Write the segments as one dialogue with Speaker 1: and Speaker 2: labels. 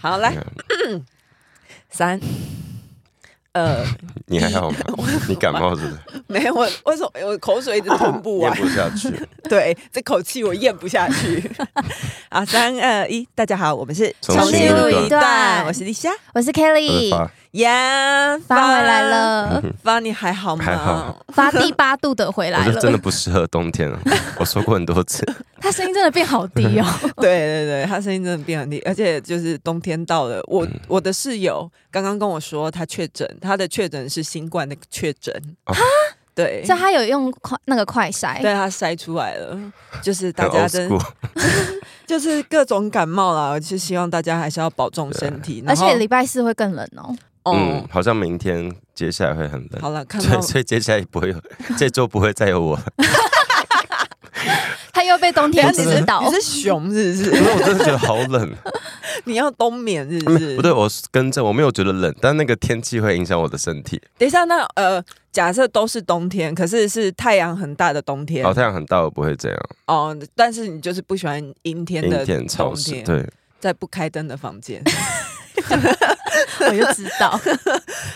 Speaker 1: 好，来， 三、 二，
Speaker 2: 你还 好吗？你感冒是不是？
Speaker 1: 没有我，为什么我口水一直吞不
Speaker 2: 咽
Speaker 1: 完？
Speaker 2: 不下 去。
Speaker 1: 对，这口气我咽不下 去。啊，三二一，大家好，我们是
Speaker 2: 重新录一
Speaker 1: 段
Speaker 3: 段
Speaker 1: 我是丽夏，
Speaker 3: 我是
Speaker 2: 我在
Speaker 3: Kelly，
Speaker 2: 发，嗯
Speaker 1: 呀，
Speaker 3: 发回来，
Speaker 1: 呃
Speaker 3: 了，
Speaker 1: 发你还好吗？
Speaker 2: 还好
Speaker 3: 发第八度的回来
Speaker 2: 我就真的
Speaker 3: 了。
Speaker 2: 不适合 冬天了。啊我说过很多次，
Speaker 3: 他声音真的变好低
Speaker 2: 嗯
Speaker 3: 哦，
Speaker 1: 对 对对，他声音真的变很低，而且就是冬天到了，我、
Speaker 2: 嗯
Speaker 1: 我的室友刚刚跟我说他确诊，他的确诊是新冠的确诊
Speaker 2: 哦
Speaker 1: 啊，对，
Speaker 3: 所以他有用快那个快筛。
Speaker 1: 对他筛出来了，就是大
Speaker 2: 很
Speaker 1: 家
Speaker 2: old
Speaker 1: 真
Speaker 2: school。
Speaker 1: 就是各种感冒啦，就希望大家还是要保重身体，
Speaker 3: 而
Speaker 1: 然后
Speaker 3: 且礼拜四会更冷哦。
Speaker 1: 嗯
Speaker 2: 嗯，，好像明天接下来会很冷。
Speaker 1: 好了，看到
Speaker 2: 对，所以接下来不会有，这周不会再有我。
Speaker 3: 他又被冬
Speaker 1: 等
Speaker 3: 天
Speaker 1: 啊哎一下你
Speaker 3: 指
Speaker 1: 是
Speaker 3: 导
Speaker 1: 你，是熊是不
Speaker 2: 因
Speaker 1: 是？
Speaker 2: 为我真的觉得好冷，嗯
Speaker 1: 你要冬眠是不是？
Speaker 2: 哦不对，，我跟着我没有觉得冷，但那个天气会影响我的身体。
Speaker 1: 等一下那呃，假设都是冬天，可是是太阳很大的冬天
Speaker 2: 然后太阳很大，我不会这样。
Speaker 1: 哦，但是你就是不喜欢阴天的
Speaker 2: 阴天
Speaker 1: 冬
Speaker 2: 潮湿，
Speaker 1: 天，
Speaker 2: 对，
Speaker 1: 在不开灯的房 间。
Speaker 3: 我就知道。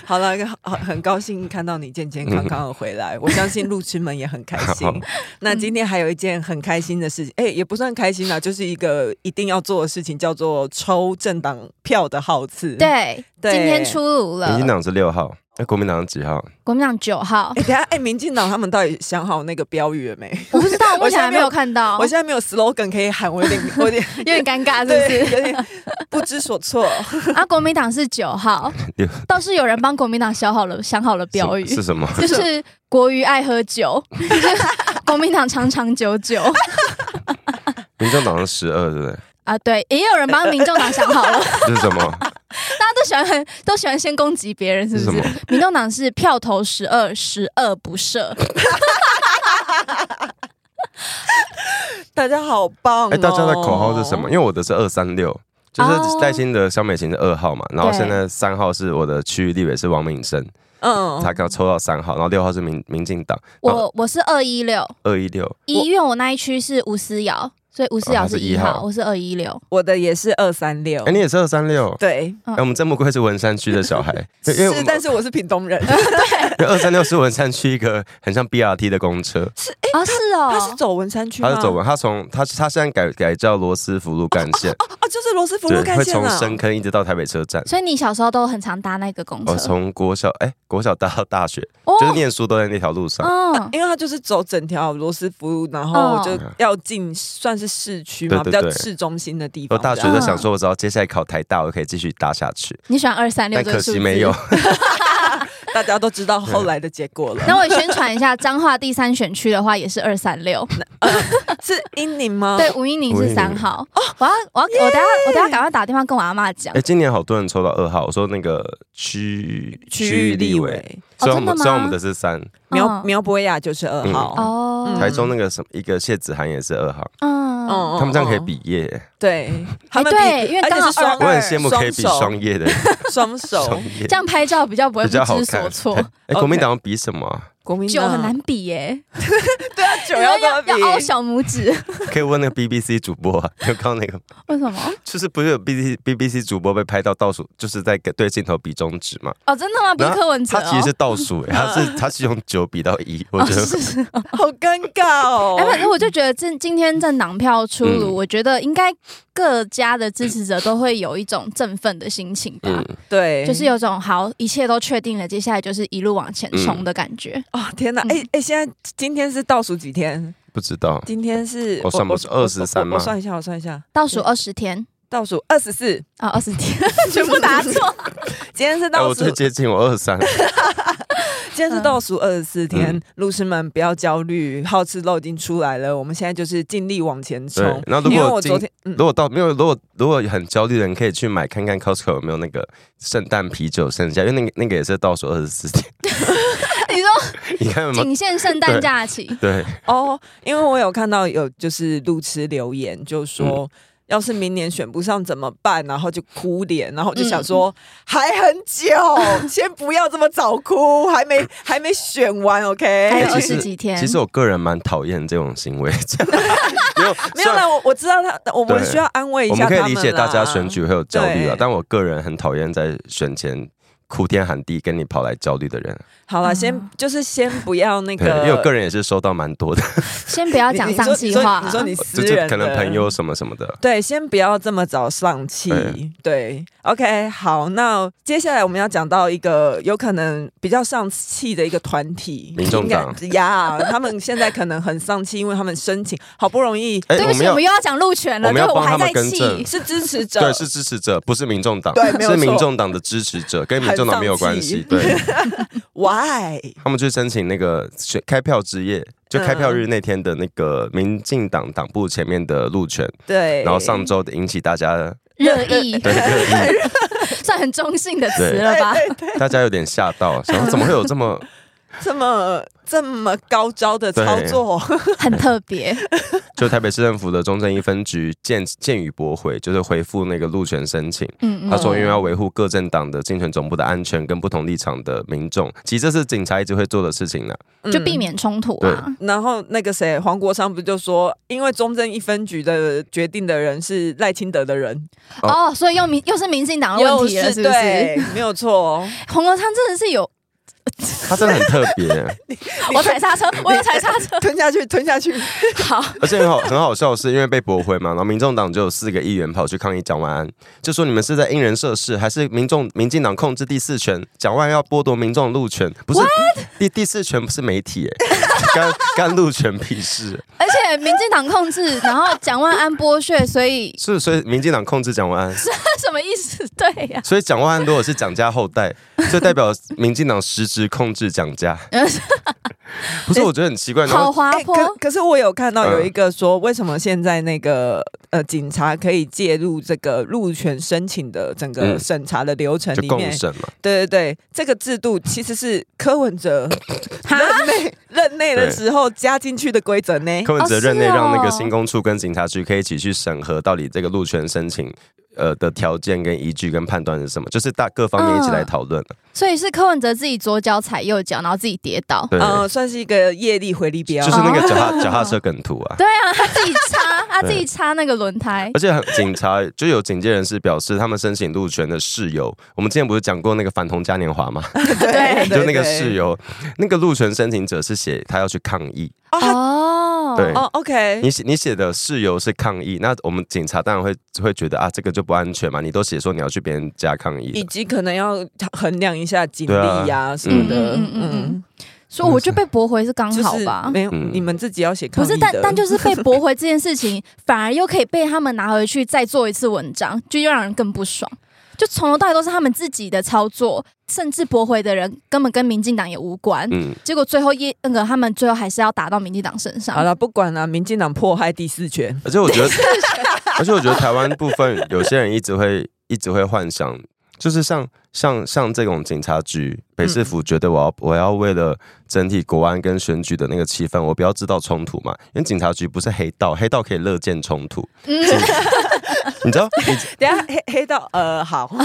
Speaker 1: 好了，好，很高兴看到你健健康康的回来，我相信路痴们也很开心
Speaker 2: 好。
Speaker 1: 那
Speaker 3: 嗯
Speaker 1: 今天还有一件很开心的事情，哎、也不算开心啦，就是一个一定要做的事情，叫做抽政党票的号次。哎、对
Speaker 3: 对，今天出炉
Speaker 2: 民
Speaker 3: 了
Speaker 2: 进，党是六号，哎那国民党是几号？
Speaker 3: 国民党九号，
Speaker 1: 等一下，哎、民进党他们到底想好那个标语了没？
Speaker 3: 我不知道，目
Speaker 1: 我现
Speaker 3: 前
Speaker 1: 在
Speaker 3: 还没有看到，
Speaker 1: 我现在没有 slogan 可以喊，我有点，我有 点，
Speaker 3: 有点尴尬，
Speaker 1: 对，
Speaker 3: 是
Speaker 1: 有点不知所措。
Speaker 3: 不是？啊，国民党是九号
Speaker 2: 有，
Speaker 3: 倒是有人帮国民党想好了想好了标语
Speaker 2: 是，是什么？
Speaker 3: 就是国瑜爱喝 酒， 国民党长长久久。
Speaker 2: 民众党是十二，对不对？
Speaker 3: 啊，对，也有人帮民众党想好了，
Speaker 2: 这 是什么？
Speaker 3: 大家都喜欢很都喜欢先攻击别人，是
Speaker 2: 是
Speaker 3: 不
Speaker 2: 什
Speaker 3: 是
Speaker 2: 么？？
Speaker 3: 民众党是票投十二，十二不赦。
Speaker 1: 大家好棒、哦！
Speaker 2: 哎，大家的口号是什么？？因为我的是二三六，
Speaker 1: 哦
Speaker 2: 就是戴新的肖美琴是二号嘛，然后
Speaker 3: 对
Speaker 2: 现在三号是我的区域立委是王敏生，
Speaker 1: 嗯
Speaker 2: 他刚抽到三号，然后六号是民民进党，
Speaker 3: 我我是二一六，
Speaker 2: 二一六，
Speaker 1: 哦
Speaker 3: 医院我那一区是吴思瑶，所以吴思
Speaker 2: 哦
Speaker 3: 瑶
Speaker 2: 他是
Speaker 3: 是一
Speaker 2: 一号
Speaker 3: 号，我是二一六。
Speaker 1: 我的也是二三六
Speaker 2: 哎，。你也是二三六。
Speaker 1: 对，
Speaker 2: 哎、我们真不愧是文山区的 小孩，因为因为
Speaker 1: 是，但是我是屏东人。
Speaker 3: 哦
Speaker 2: 二三六是文山区一个很像 BRT 的公车，
Speaker 3: 啊，是哦，
Speaker 1: 他是走文山区吗？
Speaker 2: 他是走完，他从他他现在改改叫罗斯福路干线，
Speaker 1: 啊，就是罗斯福
Speaker 2: 对
Speaker 1: 路，干
Speaker 2: 会
Speaker 1: 线
Speaker 2: 从
Speaker 1: 啊。
Speaker 2: 深坑一直到台北车站。
Speaker 3: 所以你小时候都很常搭那个公
Speaker 2: 我
Speaker 3: 车
Speaker 2: 从国小哎、国小到大学，
Speaker 3: 哦
Speaker 2: 就是念书都在那条路上。
Speaker 3: 嗯，
Speaker 1: 因为他就是走整条罗斯福路，然后
Speaker 3: 哦
Speaker 1: 就要进算是市区嘛，
Speaker 2: 对对
Speaker 1: 比
Speaker 2: 对
Speaker 1: 较市中心的地
Speaker 2: 我
Speaker 1: 方。啊
Speaker 2: 大学
Speaker 1: 这
Speaker 3: 啊
Speaker 2: 就
Speaker 1: 样
Speaker 2: 想说，我只要接下来考台大，我就可以继续搭下去。
Speaker 3: 你喜欢二三六
Speaker 2: 但
Speaker 3: 这个
Speaker 2: 可
Speaker 3: 数
Speaker 2: 惜
Speaker 3: 字
Speaker 2: 没 有。，
Speaker 1: 大家都知道后来的结果了。
Speaker 3: 那我也宣传一下，彰化第三选区的话也是二三六，
Speaker 1: 是英宁吗？
Speaker 3: 对，，吴依宁是三号。哦，我要我要我等下我等下赶快打电话跟我阿妈讲
Speaker 2: 哎、。今年好多人抽到二号，我说那个区
Speaker 1: 区域立
Speaker 2: 委，
Speaker 1: 委
Speaker 2: 虽然我们、
Speaker 3: 哦真的吗
Speaker 2: 虽然我们的是三，
Speaker 1: 苗
Speaker 3: 嗯
Speaker 1: 苗博雅就是二
Speaker 2: 哎
Speaker 1: 号。
Speaker 3: 哦
Speaker 1: 嗯哦
Speaker 2: 台中那个什么一个谢子涵也是二号，
Speaker 3: 嗯嗯，
Speaker 2: 他们这样可以，比耶、
Speaker 1: 对，他们
Speaker 3: 哦对
Speaker 1: 比
Speaker 3: 因为
Speaker 1: 而且
Speaker 3: 刚好
Speaker 1: 是双
Speaker 2: 我很羡
Speaker 3: 哎
Speaker 2: 慕可以比
Speaker 1: 双手
Speaker 2: 双叶的 人，
Speaker 1: 双手
Speaker 2: 双。叶
Speaker 3: 这样拍照比较不会
Speaker 2: 比
Speaker 3: 不
Speaker 2: 较好
Speaker 3: 知所
Speaker 2: 看。
Speaker 3: 措。
Speaker 2: 哎、国民党比什么啊、
Speaker 1: 国民
Speaker 3: 酒
Speaker 1: 党
Speaker 3: 很难，比 耶、
Speaker 1: 对啊，酒要怎么比？
Speaker 3: 要凹小拇指，
Speaker 2: 可以问那个 BBC 主播啊， 有看到那个吗，
Speaker 3: 为什么？
Speaker 2: 就是不是有 BBC BBC 主播被拍到倒数，就是在给对镜头比中指嘛？
Speaker 3: 哦，真的吗？不是
Speaker 2: 然后
Speaker 3: 柯文哲、
Speaker 2: 他
Speaker 3: 哦，
Speaker 2: 其实是倒数、欸，他是 他是用九比到一，我
Speaker 3: 哦
Speaker 2: 觉得
Speaker 3: 是是。
Speaker 1: 好尴尬哦
Speaker 3: 哎、。反正我就觉得这今天政党票出炉，
Speaker 2: 嗯
Speaker 3: 我觉得应该各家的支持者都会有一种振奋的心情吧。
Speaker 2: 嗯，
Speaker 1: 对，
Speaker 3: 就是有种好，一切都确定了，接下来就是一路往前冲的感觉。
Speaker 1: 哦，天哪！哎
Speaker 3: 嗯
Speaker 1: 哎，现在今天是倒数几天？
Speaker 2: 不知道。
Speaker 1: 今天是
Speaker 2: 我算不出23
Speaker 1: 我
Speaker 2: 吗
Speaker 1: 我算一下，我算一下，
Speaker 3: 倒数二十天
Speaker 1: 倒数二十四，
Speaker 3: 啊，二、十天 全部答错。
Speaker 1: 今天是
Speaker 2: 哎、
Speaker 1: 倒
Speaker 2: 我
Speaker 1: 数，
Speaker 2: 最接近我二三，
Speaker 1: 今天是倒数二十四天
Speaker 2: 嗯，
Speaker 1: 路痴们不要焦虑，好吃肉已经出来了，我们现在就是尽力往前冲
Speaker 2: 对。那如果
Speaker 1: 因为我
Speaker 2: 今
Speaker 1: 昨天，嗯，
Speaker 2: 如果到没有，如果如果很焦虑的人，可以去买看看 Costco 有没有那个圣诞啤酒剩下，因为那个那个也是倒数二十四天，
Speaker 3: 你说
Speaker 2: 你看有没有？
Speaker 3: 仅限圣诞假期，
Speaker 2: 对，
Speaker 1: 哦，因为我有看到有就是路痴留言，就说。要是明年选不上怎么办？然后就哭脸，然后就想说、还很久，先不要这么早哭，还没 还没选完
Speaker 3: 还
Speaker 1: ，OK？
Speaker 3: 有
Speaker 2: 哎其
Speaker 3: 二
Speaker 2: 实
Speaker 3: 十几天，
Speaker 2: 其实我个人蛮讨厌这种行为， 没有
Speaker 1: 没有
Speaker 2: 虽然
Speaker 1: 啦，我我知道他，我们
Speaker 2: 对
Speaker 1: 需要安慰一
Speaker 2: 我
Speaker 1: 下
Speaker 2: 们
Speaker 1: 他
Speaker 2: 可
Speaker 1: 们
Speaker 2: 以理解大家选举会有焦虑
Speaker 1: 对
Speaker 2: 啊，但我个人很讨厌在选前哭天喊地跟你跑来焦虑的人。
Speaker 1: 好了，
Speaker 3: 嗯
Speaker 1: 先就是先不要那
Speaker 2: 对，
Speaker 1: 个，
Speaker 2: 因为我个人也是收到蛮多的，
Speaker 3: 先不要讲丧气话，
Speaker 1: 你说 你说你私
Speaker 2: 就就
Speaker 1: 人的
Speaker 2: 可能朋友什么什么的。
Speaker 1: 对，先不要这么早上气。
Speaker 2: 对
Speaker 1: 对，OK，好，那接下来我们要讲到一个有可能比较上气的一个团体，
Speaker 2: 民众党
Speaker 1: 应该呀他们现在可能很上气，因为他们申请好不容易
Speaker 2: 哎
Speaker 3: 对不起，我
Speaker 2: 要
Speaker 3: 们又要讲路权了，
Speaker 2: 我们要
Speaker 3: 对，我
Speaker 2: 帮
Speaker 3: 还
Speaker 2: 他们
Speaker 3: 在
Speaker 2: 更正
Speaker 3: 气，
Speaker 1: 是支持者，
Speaker 2: 对是支持者，不是民众党
Speaker 1: 对没，有错
Speaker 2: 是民众党的支持者，跟民众党没有关系。
Speaker 1: 很
Speaker 2: 对
Speaker 1: why？
Speaker 2: 他们去申请那个选开票之夜，就开票日
Speaker 1: 嗯
Speaker 2: 那天的那个民进党党部前面的路权，
Speaker 1: 对，
Speaker 2: 然后上周的引起大家
Speaker 3: 热议
Speaker 2: 对热议
Speaker 3: 算很中性的词了吧？
Speaker 2: 大家有点吓到，想说怎么会有这么
Speaker 1: 这么这么高招的
Speaker 2: 对
Speaker 1: 操 作，
Speaker 3: 很特别，
Speaker 2: 就台北市政府的中正一分局建建予驳回，就是回复那个路权申请。
Speaker 3: 嗯
Speaker 2: 他
Speaker 3: 嗯，
Speaker 2: 说，因为要维护各政党的竞选总部的安全跟不同立场的民众，其实这是警察一直会做的事情呢、
Speaker 3: 就
Speaker 1: 嗯
Speaker 3: 避。免冲突啊。
Speaker 1: 然后那个谁，黄国昌不就说，因为中正一分局的决定的人是赖清德的人，
Speaker 3: 哦，所以又
Speaker 2: 嗯
Speaker 3: 民又是民进党的问
Speaker 1: 又
Speaker 3: 题了，是不是？
Speaker 1: 对，没有错。
Speaker 3: 洪国昌真的是有，
Speaker 2: 他真的很特别，
Speaker 3: 我踩刹车，我有踩刹 车。
Speaker 1: 吞下去，吞下去。
Speaker 3: 好，
Speaker 2: 而且很好很好笑的是，因为被驳回嘛，然后民众党就有四个议员跑去抗议蒋万安，就说你们是在因人设事，还是民众民进党控制第四权，蒋万安要剥夺民众路权，不是第第四权不是媒体、欸， 干干路权屁事，
Speaker 3: 而且民进党控制，然后蒋万安剥削，所以
Speaker 2: 是所以民进党控制蒋 万安。
Speaker 3: 这什么意思？对呀、
Speaker 2: 所以蒋万安如果是蒋家后代，就代表民进党实质控制蒋 家。不是，我觉得很奇怪。然
Speaker 3: 好
Speaker 2: 后
Speaker 3: 滑
Speaker 1: 哎
Speaker 3: 坡。
Speaker 1: 可可是我有看到
Speaker 2: 嗯
Speaker 1: 有一个说，为什么现在那个呃警察可以介入这个入权申请的整个
Speaker 2: 嗯
Speaker 1: 审查的流程
Speaker 2: 就
Speaker 1: 里
Speaker 2: 共
Speaker 1: 面？
Speaker 2: 审嘛，
Speaker 1: 对对对，这个制度其实是柯文 哲任内任内的
Speaker 2: 对
Speaker 1: 时候加进去的规则呢。
Speaker 2: 柯文哲任内
Speaker 3: 哦是哦
Speaker 2: 让那个新公处跟警察局可以一起去审核，到底这个路权申请呃的条件跟依据跟判断是什么，就是大各方面一起来讨论的。
Speaker 3: 所以是柯文哲自己左脚踩右脚，然后自己跌倒。
Speaker 2: 对，
Speaker 1: 嗯、算是一个业力回力镖。
Speaker 2: 就是那个脚踏脚踏车梗图啊。
Speaker 3: 对啊，他自己插，他自己插那个轮胎
Speaker 2: 而。且很警察就有警戒人士表示，他们申请路权的室友，我们之前不是讲过那个反同嘉年华吗？
Speaker 3: 对
Speaker 2: 就那个室友，那个路权申请者是写他要去抗议，
Speaker 1: 哦他
Speaker 3: 哦，
Speaker 2: 对
Speaker 1: 哦，OK，
Speaker 2: 你写你写的事由是抗议，那我们警察当然会会觉得啊，这个就不安全嘛。你都写说你要去别人家抗议
Speaker 1: 以
Speaker 2: 了，
Speaker 1: 及可能要衡量一下警
Speaker 2: 对啊
Speaker 1: 力呀、什么的。
Speaker 3: 嗯嗯嗯嗯
Speaker 1: 嗯，
Speaker 3: 所以我就被驳回是刚
Speaker 1: 就
Speaker 3: 好
Speaker 1: 是
Speaker 3: 吧。
Speaker 1: 没有，
Speaker 2: 嗯
Speaker 1: 你们自己要写抗
Speaker 3: 不
Speaker 1: 议的。
Speaker 3: 是，但但就是 被驳回这件事情，反而又可以被他们拿回去再做一次文 章，就又让人更不爽。就从头到尾都是他们自己的操作，甚至驳回的人根本跟民进党也无关。
Speaker 2: 嗯，
Speaker 3: 结果最后一那个他们最后还是要打到民进党身上。
Speaker 1: 好了，不管了，民进党迫害第四权，
Speaker 2: 而且我觉得，而且我觉得台湾部分有些人一直会一直会幻想，就是像像像这种警察局北市府觉得我要我要为了整体国安跟选举的那个气氛，我不要制造冲突嘛，因为警察局不是黑道，黑道可以乐见冲突，
Speaker 3: 嗯，
Speaker 2: 你知道你
Speaker 1: 等一下黑黑到呃 好，
Speaker 2: 哦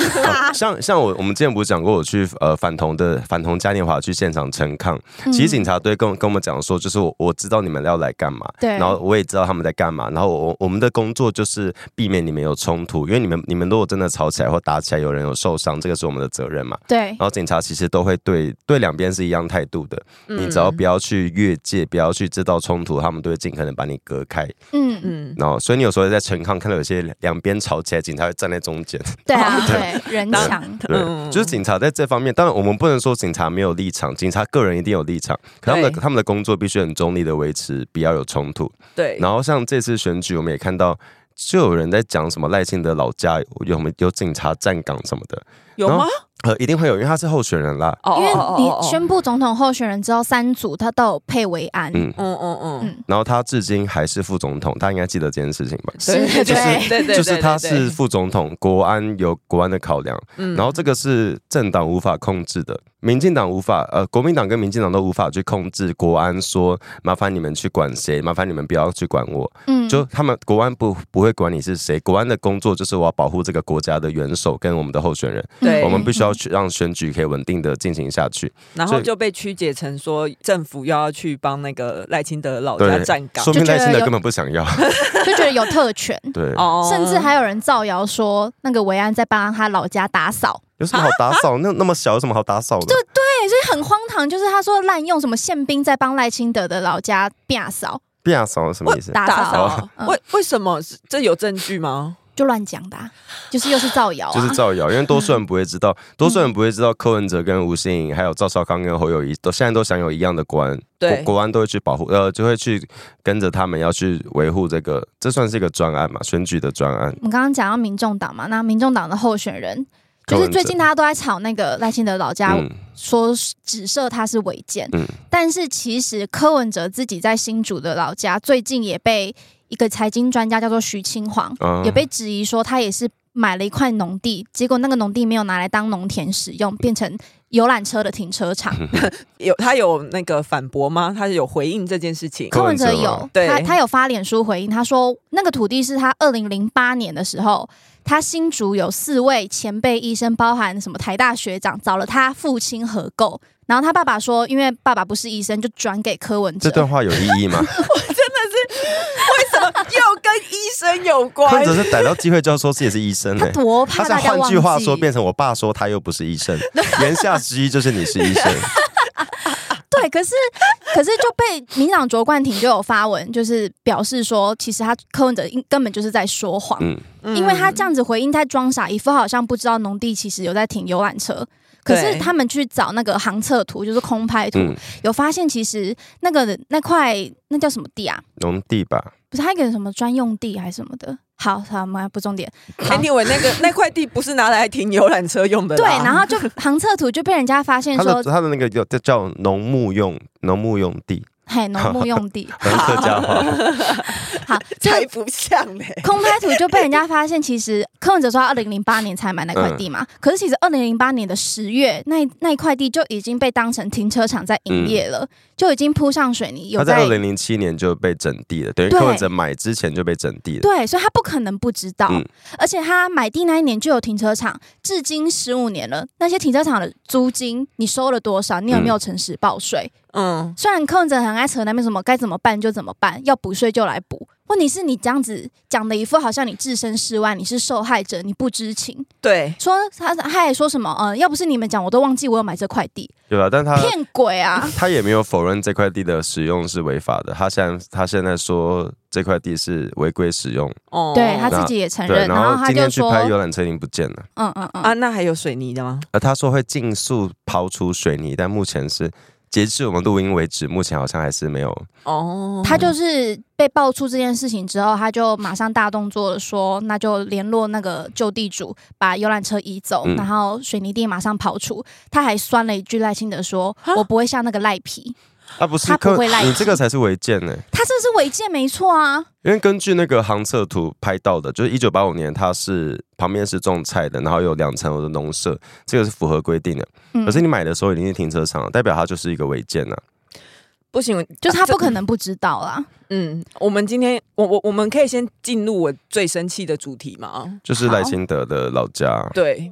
Speaker 2: 像像我我们之前不是讲过，我去呃反同的反同嘉年华去现场陈抗，
Speaker 3: 嗯
Speaker 2: 其实警察队跟我跟我们讲说，就是我我知道你们要来干嘛，
Speaker 3: 对
Speaker 2: 然后我也知道他们在干嘛，然后我我们的工作就是避免你们有冲突，因为你们你们如果真的吵起来或打起来，有人有受伤，这个是我们的责任嘛。
Speaker 3: 对，
Speaker 2: 然后警察其实都会对对两边是一样态度的，你只要不要去越界，不要去制造冲突，他们都会尽可能把你隔开。
Speaker 3: 嗯嗯，
Speaker 1: 嗯，
Speaker 2: 然后，所以你有时候在陈抗看到有些两边吵起来，警察会站在中间。
Speaker 3: 对啊，对，人
Speaker 1: 当
Speaker 3: 墙，
Speaker 1: 嗯
Speaker 2: 对，就是警察在这方面，当然我们不能说警察没有立场，警察个人一定有立场，可他们
Speaker 1: 对
Speaker 2: 的他们的工作必须很中立的维持，不要有冲突。
Speaker 1: 对，
Speaker 2: 然后像这次选举，我们也看到。就有人在讲什么赖清德老家有有什么有警察站岗什么的，
Speaker 1: 有吗？
Speaker 2: 呃，一定会有，因为他是候选人啦。
Speaker 1: 哦，
Speaker 3: 因为你
Speaker 1: 宣，
Speaker 3: 宣布总统候选人之后，三组他都有配维安，
Speaker 2: 嗯
Speaker 1: 嗯嗯嗯，
Speaker 3: 嗯
Speaker 2: 然后他至今还是副总统，大家应该记得这件事情吧？
Speaker 3: 是
Speaker 1: 对
Speaker 3: 就是
Speaker 1: 对对对，
Speaker 2: 就是他
Speaker 1: 对对
Speaker 2: 是副总统，国安有国安的考量，
Speaker 1: 嗯
Speaker 2: 然后这个是政党无法控制的，民进党无法，呃，国民党跟民进党都无法去控制国安说，麻烦你们去管谁，麻烦你们不要去管我，
Speaker 3: 嗯，
Speaker 2: 就他们国安不不会管你是谁，国安的工作就是我要保护这个国家的元首跟我们的候选人，
Speaker 1: 对
Speaker 2: 我们必须要去让选举可以稳定的进行下去，
Speaker 1: 然
Speaker 2: 所
Speaker 1: 后
Speaker 2: 以
Speaker 1: 就被曲解成说政府又要去帮那个赖清德老家
Speaker 2: 对
Speaker 1: 站，岗
Speaker 2: 说，明
Speaker 3: 就觉
Speaker 2: 耐
Speaker 3: 得
Speaker 2: 心的
Speaker 3: 有
Speaker 2: 根本不想 要，
Speaker 3: 就觉得有特权，
Speaker 2: 对，
Speaker 1: 哦
Speaker 3: 甚至还有人造谣说那个维安在帮他老家打扫，
Speaker 2: 有什么好打扫？ 那那么小有什么好打扫的？
Speaker 3: 对，所以很荒唐，就是他说滥用什么宪兵在帮赖清德的老家打扫，
Speaker 2: 变扫什么意思？
Speaker 3: 打
Speaker 1: 打
Speaker 3: 扫
Speaker 1: 扫
Speaker 2: 扫，
Speaker 3: 嗯
Speaker 1: 为为什么是这有证据吗？
Speaker 3: 就乱讲的啊、就是又是造谣啊，嗯
Speaker 2: 就是造谣，因为多数人不会知道，多数人不会知道柯文哲跟吴欣颖还有赵少康跟侯友谊都现在都享有一样的国安，
Speaker 1: 对
Speaker 2: 国国安都会去保护，呃，就会去跟着他们要去维护这个，这算是一个专案嘛，选举的专案。
Speaker 3: 我们刚刚讲到民众党嘛，那民众党的候选人。
Speaker 2: 柯
Speaker 3: 就是
Speaker 2: 文哲
Speaker 3: 最近大家都在吵那个赖清德老家
Speaker 2: 嗯，
Speaker 3: 说指涉他是违建，
Speaker 2: 嗯
Speaker 3: 但是其实柯文哲自己在新竹的老家，最近也被一个财经专家叫做徐清煌，
Speaker 2: 嗯
Speaker 3: 也被质疑说他也是买了一块农地，结果那个农地没有拿来当农田使用，变成游览车的停车 场。
Speaker 1: 有他有那个反驳吗？他有回应这件事情
Speaker 2: 可
Speaker 3: 柯文哲
Speaker 2: 柯文哲
Speaker 3: 有
Speaker 2: 吗，
Speaker 1: 对
Speaker 3: 他他有发脸书回应，他说那个土地是他二零零八年的时候，他新竹有四位前辈医生，包含什么台大学长，找了他父亲合购。然后他爸爸说，因为爸爸不是医生，就转给柯文哲
Speaker 2: 这。段话有意义吗？
Speaker 1: 又跟医生有
Speaker 2: 柯
Speaker 1: 关
Speaker 2: 文，哲是逮到机会就要说自己是医生
Speaker 3: 他
Speaker 2: 呢、
Speaker 3: 多
Speaker 2: 他
Speaker 3: 怕
Speaker 2: 是
Speaker 3: 大家
Speaker 2: 换
Speaker 3: 忘记。
Speaker 2: 句话说，变成我爸说他又不是医 生，言下之意就是你是医生，
Speaker 3: 对，可是可是就被民党卓冠廷就有发文，就是表示说，其实他柯文哲应根本就是在说谎。
Speaker 2: 嗯，
Speaker 1: 嗯
Speaker 3: 因为他这样子回应在装傻，一副好像不知道农地其实有在停游览车。可是
Speaker 1: 对
Speaker 3: 他们去找那个航测图，就是空拍图，
Speaker 2: 嗯
Speaker 3: 有发现其实那个那块那叫什么地啊？
Speaker 2: 农地吧，
Speaker 3: 不是它一个什么专用地还是什么的？好，好，妈不重点。好
Speaker 1: anyway 那个那 块地不是拿来停游览车用的
Speaker 3: 对，
Speaker 1: 啦，
Speaker 3: 然后就 航测图就被人家发现
Speaker 2: 他的
Speaker 3: 说，
Speaker 2: 他的那个叫叫农牧用农牧用地，
Speaker 3: 嘿，农牧用地。
Speaker 2: 好像客家话。
Speaker 3: 好，这
Speaker 1: 才
Speaker 3: 个
Speaker 1: 不像 嘞，
Speaker 3: 空拍图就被人家发现，其实柯文哲说他二零零八年才买那块地
Speaker 2: 嗯
Speaker 3: 嘛，可是其实二零零八年的十月，那那一块地就已经被当成停车场在营业了，就已经铺上水泥，有
Speaker 2: 嗯他在二零零七年就被整地了，等于
Speaker 3: 对
Speaker 2: 柯文哲买之前就被整地了。
Speaker 3: 对，所以他不可能不知道，
Speaker 2: 嗯
Speaker 3: 而且他买地那一年就有停车场，至今十五年了，那些停车场的租金你收了多少？你有没有诚实报税？
Speaker 1: 嗯，
Speaker 3: 虽然柯文哲很爱扯那边什么该怎么办就怎么办，要补税就来补，问题是你这样子讲的一副好像你置身事外，你是受害者，你不知情。
Speaker 1: 对，
Speaker 3: 说他他还说什么？嗯、要不是你们讲，我都忘记我有买这块地，
Speaker 2: 对吧？但他
Speaker 3: 骗鬼啊！
Speaker 2: 他也没有否认这块地的使用是违法的，他现在他现在说这块地是违规使用，
Speaker 1: 哦
Speaker 3: 对他
Speaker 2: 那
Speaker 3: 自己也承
Speaker 2: 对。
Speaker 3: 认，然后他
Speaker 2: 今
Speaker 3: 就
Speaker 2: 天去
Speaker 3: 说，
Speaker 2: 拍游览车已经不见了，
Speaker 3: 嗯嗯嗯，
Speaker 1: 啊，那还有水泥的吗？
Speaker 2: 而呃他说会尽速刨除水泥，但目前是截至我们录音为止，目前好像还是没有。
Speaker 1: 哦，
Speaker 3: 他就是被爆出这件事情之后，他就马上大动作的说，那就联络那个旧地主，把游览车移走，
Speaker 2: 嗯
Speaker 3: 然后水泥地马上刨除。他还酸了一句赖清德说：“我不会像那个赖皮。
Speaker 2: 啊，不是
Speaker 3: 他不
Speaker 2: 柯
Speaker 3: 会赖，
Speaker 2: 你
Speaker 3: 皮
Speaker 2: 这个才是违建呢、”
Speaker 3: 他这是违建没错啊，
Speaker 2: 因为根据那个航测图拍到的，就是一九八五年，它是旁边是种菜的，然后有两层楼的农舍，这个是符合规定的。
Speaker 3: 嗯
Speaker 2: 可是你买的时候已经是停车场了，代表它就是一个违建啊呐、
Speaker 1: 不行，
Speaker 3: 就是他
Speaker 1: 啊这
Speaker 3: 不可能不知道啊。
Speaker 1: 嗯，我们今天我我我们可以先进入我最生气的主题吗？
Speaker 2: 就是赖清德的老家。
Speaker 1: 对。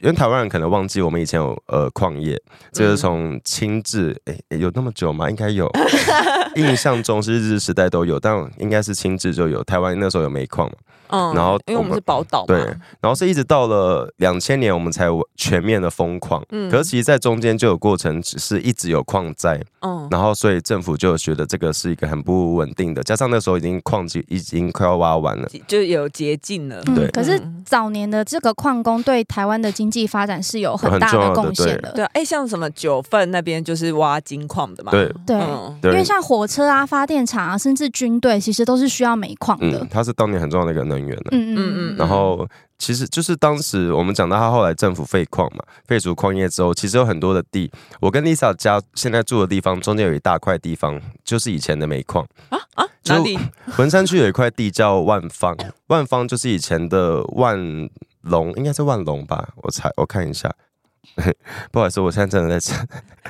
Speaker 2: 因为台湾人可能忘记我们以前有呃矿业，这
Speaker 3: 嗯
Speaker 2: 个是从清治，诶、诶有那么久吗？应该 有，印象中是日治时代都有，但应该是清治就有。台湾那时候有煤矿嘛，
Speaker 1: 嗯，
Speaker 2: 然后
Speaker 1: 因为我们
Speaker 2: 我们
Speaker 1: 是宝岛嘛，
Speaker 2: 对然后是一直到了两千年我们才全面的封矿，
Speaker 1: 嗯
Speaker 2: 可是其实在中间就有过程，只是一直有矿灾，
Speaker 3: 哦
Speaker 1: 嗯，
Speaker 2: 然后所以政府就觉得这个是一个很不稳定的，加上那时候已经矿机已经快要挖完了，
Speaker 1: 就有捷径了。
Speaker 3: 嗯
Speaker 2: 对
Speaker 3: 可是
Speaker 1: 嗯
Speaker 3: 早年的这个矿工对台湾的经济发展是有很
Speaker 2: 很
Speaker 3: 大
Speaker 2: 重
Speaker 3: 的
Speaker 2: 要的
Speaker 3: 贡献
Speaker 2: 对
Speaker 3: 的。
Speaker 1: 对啊，哎，像什么九份那边就是挖金矿的嘛，
Speaker 2: 对
Speaker 3: 对
Speaker 1: 嗯
Speaker 2: 对
Speaker 3: 因为像火车啊、发电厂啊，甚至军队，其实都是需要煤矿的
Speaker 2: 嗯，。它是当年很重要的一个能源啊呢、
Speaker 1: 嗯
Speaker 3: 嗯嗯嗯
Speaker 1: 嗯
Speaker 3: 嗯，
Speaker 2: 然后其实就是当时我们讲到他后来政府废矿嘛，废除矿业之后，其实有很多的地，我跟 Lisa 家现在住的地方中间有一大块地方就是以前的煤矿，
Speaker 1: 啊，
Speaker 2: 就
Speaker 1: 哪里？
Speaker 2: 文山区有一块地叫万方，万方就是以前的万隆，应该是万隆吧？我猜我看一下。 不好意思，我现在真的在查。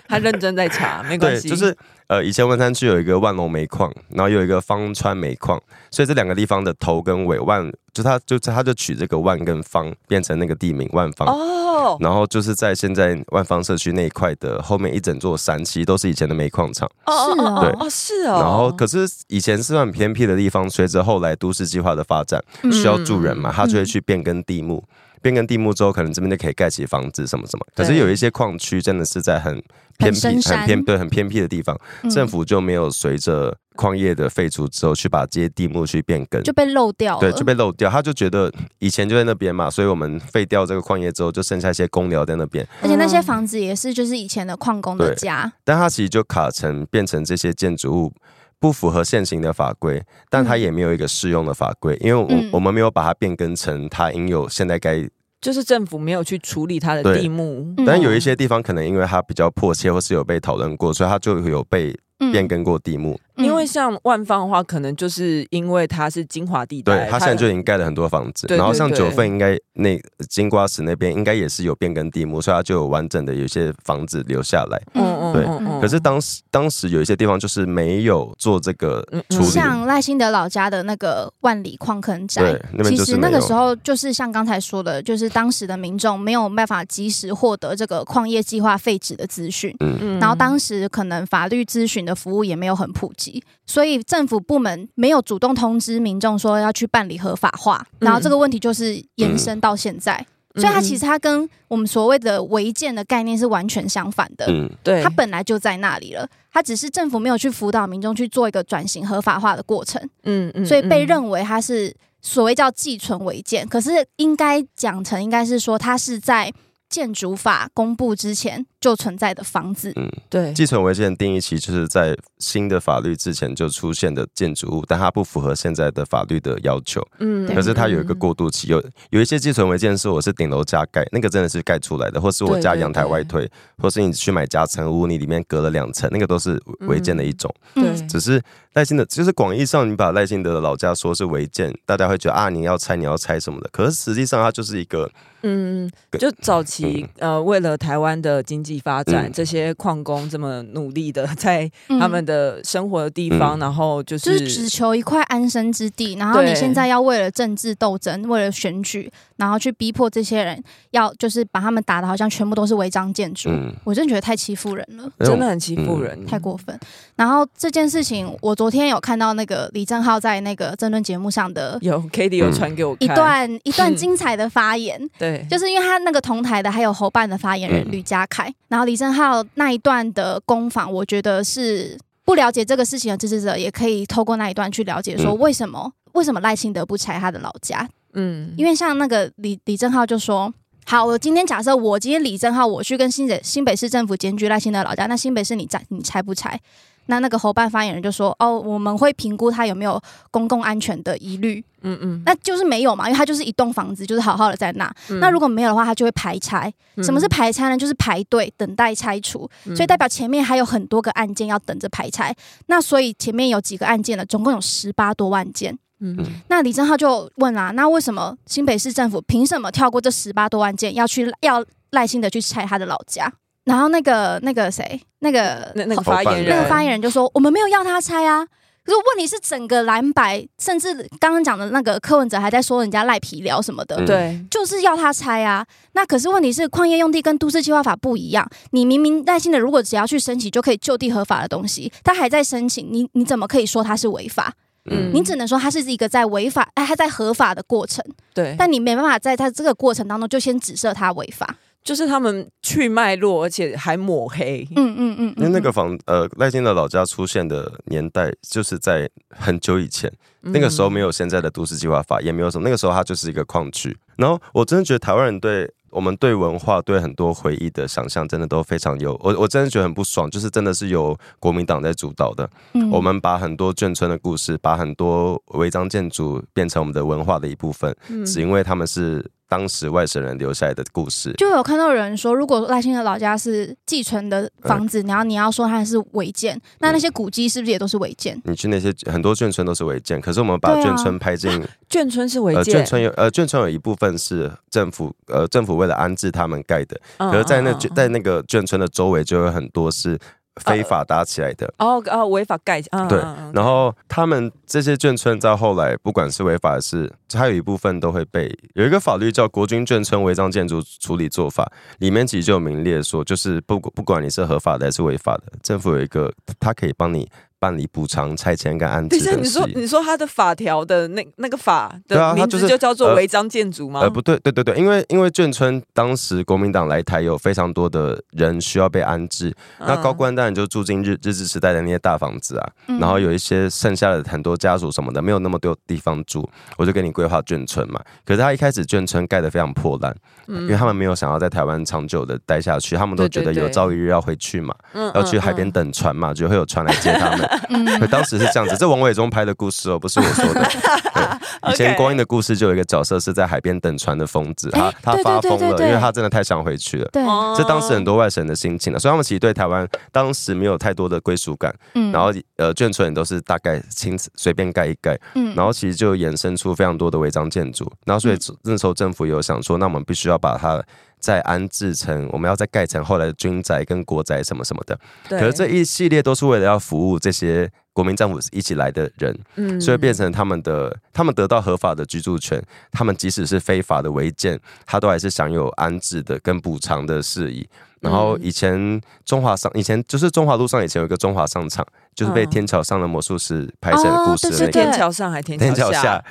Speaker 1: 他认真在查，没关
Speaker 2: 对，
Speaker 1: 系，
Speaker 2: 就是呃，以前文山区有一个万隆煤矿，然后有一个芳川煤矿，所以这两个地方的头跟尾万，就它就它就取这个万跟方，变成那个地名万方。
Speaker 1: 哦，
Speaker 2: 然后就是在现在万方社区那一块的后面一整座山，其实都是以前的煤矿厂。
Speaker 1: 哦哦
Speaker 3: 是哦
Speaker 1: 哦哦，是哦，
Speaker 2: 然后可是以前是很偏僻的地方，随着后来都市计划的发展，
Speaker 3: 嗯
Speaker 2: 需要住人嘛，他就
Speaker 3: 嗯
Speaker 2: 会去变更地目。变更地目之后，可能这边就可以盖起房子什么什么。可是
Speaker 1: 对
Speaker 2: 有一些矿区真的是在很偏僻、
Speaker 3: 深
Speaker 2: 很
Speaker 3: 山
Speaker 2: 偏对、很偏僻的地方，
Speaker 3: 嗯
Speaker 2: 政府就没有随着矿业的废除之后去把这些地目去变更，
Speaker 3: 嗯就被漏掉了，
Speaker 2: 对，就被漏掉。他就觉得以前就在那边嘛，所以我们废掉这个矿业之后，就剩下一些公寮在那边。
Speaker 3: 而且那
Speaker 1: 嗯
Speaker 3: 些房子也是就是以前的矿工的
Speaker 2: 对
Speaker 3: 家，
Speaker 2: 但它其实就卡成变成这些建筑物不符合现行的法规，但它
Speaker 3: 嗯
Speaker 2: 也没有一个适用的法规，因为我、
Speaker 3: 嗯
Speaker 2: 我们没有把它变更成它应有现在该。
Speaker 1: 就是政府没有去处理他的
Speaker 2: 对
Speaker 1: 地目，
Speaker 3: 嗯
Speaker 2: 但有一些地方可能因为它比较迫切，或是有被讨论过，所以它就有被
Speaker 3: 嗯
Speaker 2: 变更过地目。
Speaker 1: 因为像万方的话，可能就是因为它是精华地带
Speaker 2: 对，，它现在就已经盖了很多房子，
Speaker 1: 对
Speaker 2: 然后
Speaker 1: 对
Speaker 2: 像
Speaker 1: 对
Speaker 2: 九份应该那金瓜石那边应该也是有变更地目，所以它就有完整的有一些房子留下来。
Speaker 3: 嗯
Speaker 1: 嗯
Speaker 2: 对
Speaker 3: 哦
Speaker 2: 可是当时当时有一些地方就是没有做这个
Speaker 1: 嗯嗯
Speaker 2: 处理，
Speaker 3: 像赖幸德老家的那个万里矿坑宅
Speaker 2: 对，那边
Speaker 3: 其
Speaker 2: 就是
Speaker 3: 实那
Speaker 2: 没
Speaker 3: 个
Speaker 2: 有
Speaker 3: 时候就是像刚才说的，就是当时的民众没有办法及时获得这个矿业计划废止的资讯。
Speaker 2: 嗯，
Speaker 1: 嗯
Speaker 3: 然后当时可能法律咨询的服务也没有很普及，所以政府部门没有主动通知民众说要去办理合法化，
Speaker 1: 嗯
Speaker 3: 然后这个问题就是延伸到现在。所以它其实它跟我们所谓的违建的概念是完全相反的。
Speaker 2: 嗯，
Speaker 1: 对
Speaker 3: 它本来就在那里了，它只是政府没有去辅导民众去做一个转型合法化的过程，
Speaker 1: 嗯嗯
Speaker 3: 所以被
Speaker 1: 为
Speaker 3: 认为它是所谓叫寄存违建，可是应该讲成应该是说它是在建筑法公布之前就存在的房子，
Speaker 1: 对
Speaker 2: 继承违建的定义其实就是在新的法律之前就出现的建筑物，但它不符合现在的法律的要求。
Speaker 1: 嗯
Speaker 2: 可是它有一个过渡期，有有一些寄存违建是我是顶楼加盖，那个真的是盖出来的，或是我
Speaker 1: 对
Speaker 2: 家
Speaker 1: 对
Speaker 2: 阳台外推，或是你去买夹层屋，你里面隔了两层，那个都是
Speaker 1: 嗯
Speaker 2: 违建的一种。
Speaker 1: 对
Speaker 3: 嗯
Speaker 2: 只是赖幸德，就是广义上你把赖幸德的老家说是违建，大家会觉得啊你要拆你要拆什么的，可是实际上它就是一个
Speaker 1: 嗯，就早期
Speaker 2: 嗯
Speaker 1: 呃，为了台湾的经济发展，这些矿工这么努力的 在他们的生活的地方，
Speaker 2: 嗯
Speaker 1: 然后就
Speaker 3: 嗯就是只
Speaker 1: 是
Speaker 3: 求一块安身之地，然后
Speaker 1: 对
Speaker 3: 你现在要为了政治斗争，为了选举，然后去逼迫这些人要就是把他们打的好像全部都是违章建筑，
Speaker 2: 嗯，
Speaker 3: 我真的觉得太欺负人了。
Speaker 2: 那种嗯
Speaker 1: 真的很欺负人，
Speaker 3: 太过分。然后这件事情，我昨天有看到那个李正浩在那个政论节目上的
Speaker 1: 有 k a t i e
Speaker 2: 嗯
Speaker 1: 有传给我
Speaker 3: 一
Speaker 1: 看，
Speaker 3: 段 一段精彩的发言，
Speaker 1: 对，
Speaker 3: 就是因为他那个同台的还有侯办的发言人
Speaker 2: 嗯
Speaker 3: 吕家凯，然后李正浩那一段的攻防，我觉得是不了解这个事情的支持者也可以透过那一段去了解，说
Speaker 2: 嗯
Speaker 3: 为什么、为什么赖清德不拆他的老家？
Speaker 1: 嗯，
Speaker 3: 因为像那个李李正浩就说。好，我今天假设我今天李正浩我去跟新北新北市政府检举赖清德老家，那新北市你拆你拆不拆？那那个侯办发言人就说，哦，我们会评估他有没有公共安全的疑虑，
Speaker 1: 嗯嗯，
Speaker 3: 那就是没有嘛，因为他就是一栋房子，就是好好的在那。那如果没有的话，他就会排拆。
Speaker 1: 嗯
Speaker 3: 什么是排拆呢？就是排队等待拆除，所以代表前面还有很多个案件要等着排拆。那所以前面有几个案件呢？总共有十八多万件。
Speaker 1: 嗯
Speaker 3: 那李正浩就问啦、那为什么新北市政府凭什么跳过这十八多万件，要去要耐心的去拆他的老家？然后那个那个谁，那个
Speaker 1: 嗯那那个发言人，
Speaker 3: 那个发言人就说：“我们没有要他拆啊，可是问题是，整个蓝白，甚至刚刚讲的那个柯文哲还在说人家赖皮聊什么的，
Speaker 2: 嗯
Speaker 1: 对，
Speaker 3: 就是要他拆啊。那可是问题是，矿业用地跟都市计划法不一样。你明明耐心的，如果只要去申请就可以就地合法的东西，他还在申请，你你怎么可以说他是违法？
Speaker 1: 嗯
Speaker 3: 你只能说他是一个在违法，哎，他在合法的过程，
Speaker 1: 对，
Speaker 3: 但你没办法在他这个过程当中就先指涉他违法。
Speaker 1: 就是他们去脉络，而且还抹黑。
Speaker 3: 嗯嗯嗯，
Speaker 2: 因为
Speaker 3: 嗯
Speaker 2: 那个房呃赖清德老家出现的年代，就是在很久以前，
Speaker 1: 嗯
Speaker 2: 那个
Speaker 3: 嗯
Speaker 2: 时候没有现在的都市计划法，也没有什么，那个时候它就是一个矿区。然后我真的觉得台湾人对我们对文化、对很多回忆的想象，真的都非常有。我我真的觉得很不爽，就是真的是由国民党在主导的。
Speaker 3: 嗯
Speaker 2: 我们把很多眷村的故事，把很多违章建筑变成我们的文化的一部分，
Speaker 1: 嗯
Speaker 2: 只因为他们是当时外省人留下来的故事。
Speaker 3: 就有看到有人说，如果赖清德老家是继承的房
Speaker 2: 嗯
Speaker 3: 子，然后你要说它是违建，那那些古迹是不是也都是违建？
Speaker 2: 你去那些很多眷村都是违建，可是我们把
Speaker 3: 对啊
Speaker 2: 眷村拍进
Speaker 1: 眷村是违
Speaker 2: 呃，
Speaker 1: 建，
Speaker 2: 眷村有呃，眷村有一部分是政府呃，政府为了安置他们盖的，
Speaker 1: 嗯
Speaker 2: 可是，在那
Speaker 1: 嗯嗯
Speaker 2: 在那个眷村的周围就有很多是非
Speaker 1: 呃
Speaker 2: 法搭起来的。
Speaker 1: 哦哦违法盖，嗯
Speaker 2: 对
Speaker 1: 嗯嗯
Speaker 2: 然后他们这些眷村在后来，不管是违法还是，还有一部分都会被有一个法律叫《国军眷村违章建筑处理做法》，里面其实就有明列说，就是不不管你是合法的还是违法的，政府有一个，它可以帮你办理补偿、拆迁跟安
Speaker 1: 等
Speaker 2: 置
Speaker 1: 一下，
Speaker 2: 等
Speaker 1: 你说
Speaker 2: 事宜
Speaker 1: 你说他的法条的那那个法
Speaker 2: 对啊
Speaker 1: 的
Speaker 2: 它
Speaker 1: 名
Speaker 2: 就
Speaker 1: 字
Speaker 2: 是
Speaker 1: 就叫做
Speaker 2: 呃
Speaker 1: 违章建筑吗
Speaker 2: 呃，？不对，对对对，因为因为眷村当时国民党来台，有非常多的人需要被安置，那
Speaker 1: 嗯
Speaker 2: 高官当然就住进日日治时代的那些大房子啊，
Speaker 3: 嗯
Speaker 2: 然后有一些剩下的很多家属什么的，没有那么多地方住，我就给你规划眷村嘛。可是他一开始眷村盖得非常破烂，因为他们没有想要在台湾长久的待下去，他们都
Speaker 1: 对
Speaker 2: 觉
Speaker 1: 嗯对
Speaker 2: 得有
Speaker 1: 对
Speaker 2: 朝一日要回去嘛，
Speaker 1: 嗯
Speaker 2: 要去海边
Speaker 1: 嗯
Speaker 2: 等船嘛，就会有船来接他们。对，
Speaker 3: 嗯，
Speaker 2: 当时是这样子，这王伟忠拍的故事哦，不是我说 的。对以前
Speaker 1: OK
Speaker 2: 光阴的故事就有一个角色是在海边等船的疯子，他
Speaker 3: 哎
Speaker 2: 他
Speaker 3: 对对
Speaker 2: 发
Speaker 3: 对
Speaker 2: 疯
Speaker 3: 对
Speaker 2: 了，
Speaker 3: 对
Speaker 2: 因为他真的太想回去了。
Speaker 3: 对，
Speaker 1: 嗯
Speaker 2: 这当时很多外省人的心情了，啊所以他们其实对台湾当时没有太多的归属感，
Speaker 3: 嗯
Speaker 2: 然后呃眷村也都是大概亲自随便盖一盖，
Speaker 3: 嗯
Speaker 2: 然后其实就衍生出非常多的违章建筑，然后所以那时候政府有想说，那我们必须要把它再安置成，我们要再盖成后来的军宅跟国宅什么什么的，
Speaker 1: 对
Speaker 2: 可是这一系列都是为了要服务这些国民政府一起来的人，
Speaker 1: 嗯
Speaker 2: 所以变成他们的，他们得到合法的居住权，他们即使是非法的违建，他都还是享有安置的跟补偿的事宜。然后
Speaker 1: 嗯
Speaker 2: 以前中华上，以前就是中华路上以前有一个中华商场，就是被
Speaker 1: 嗯
Speaker 2: 天桥上的魔术师拍成的故事
Speaker 3: 哦
Speaker 2: 的
Speaker 1: 是
Speaker 2: 那
Speaker 3: 对
Speaker 2: 个。
Speaker 1: 天桥上还是
Speaker 2: 天
Speaker 1: 天
Speaker 2: 桥下
Speaker 1: 下，，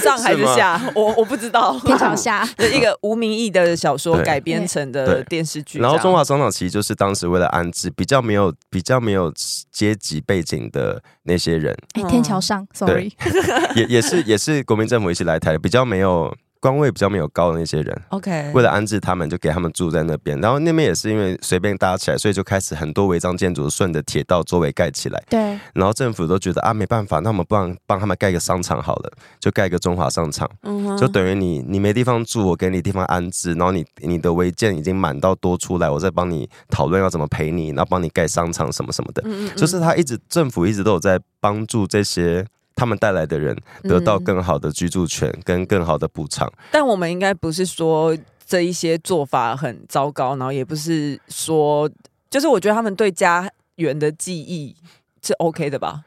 Speaker 1: 上还
Speaker 2: 是
Speaker 1: 是
Speaker 2: 吗
Speaker 1: 下？我我不知道。
Speaker 3: 天桥下，
Speaker 1: 是 一个无名义的小说
Speaker 2: 对
Speaker 1: 改编成
Speaker 2: 对
Speaker 1: 的电视剧这
Speaker 2: 然
Speaker 1: 样，
Speaker 2: 后中华商场其实就是当时为了安置比较没有比较没有阶级背景的那些人，
Speaker 3: 哎，天桥上，sorry，
Speaker 2: 也也是也是国民政府一起来台，比较没有官位比较没有高的那些人，
Speaker 1: OK，
Speaker 2: 为了安置他们，就给他们住在那边。然后那边也是因为随便搭起来，所以就开始很多违章建筑顺着铁道周围盖起来。
Speaker 3: 对，
Speaker 2: 然后政府都觉得啊，没办法，那我们帮帮他们盖个商场好了，就盖个中华商场，
Speaker 1: 嗯哼
Speaker 2: 就等于你你没地方住，我给你地方安置，然后你你的违建已经满到多出来，我再帮你讨论要怎么赔你，然后帮你盖商场什么什么的。
Speaker 1: 嗯嗯
Speaker 2: 就是他一直政府一直都有在帮助这些他们带来的人得到
Speaker 1: 嗯
Speaker 2: 更好的居住权跟更好的补偿。
Speaker 1: 但我们应该不是说这一些做法很糟糕，然后也不是说，就是我觉得他们对家园的记忆是 OK 的吧？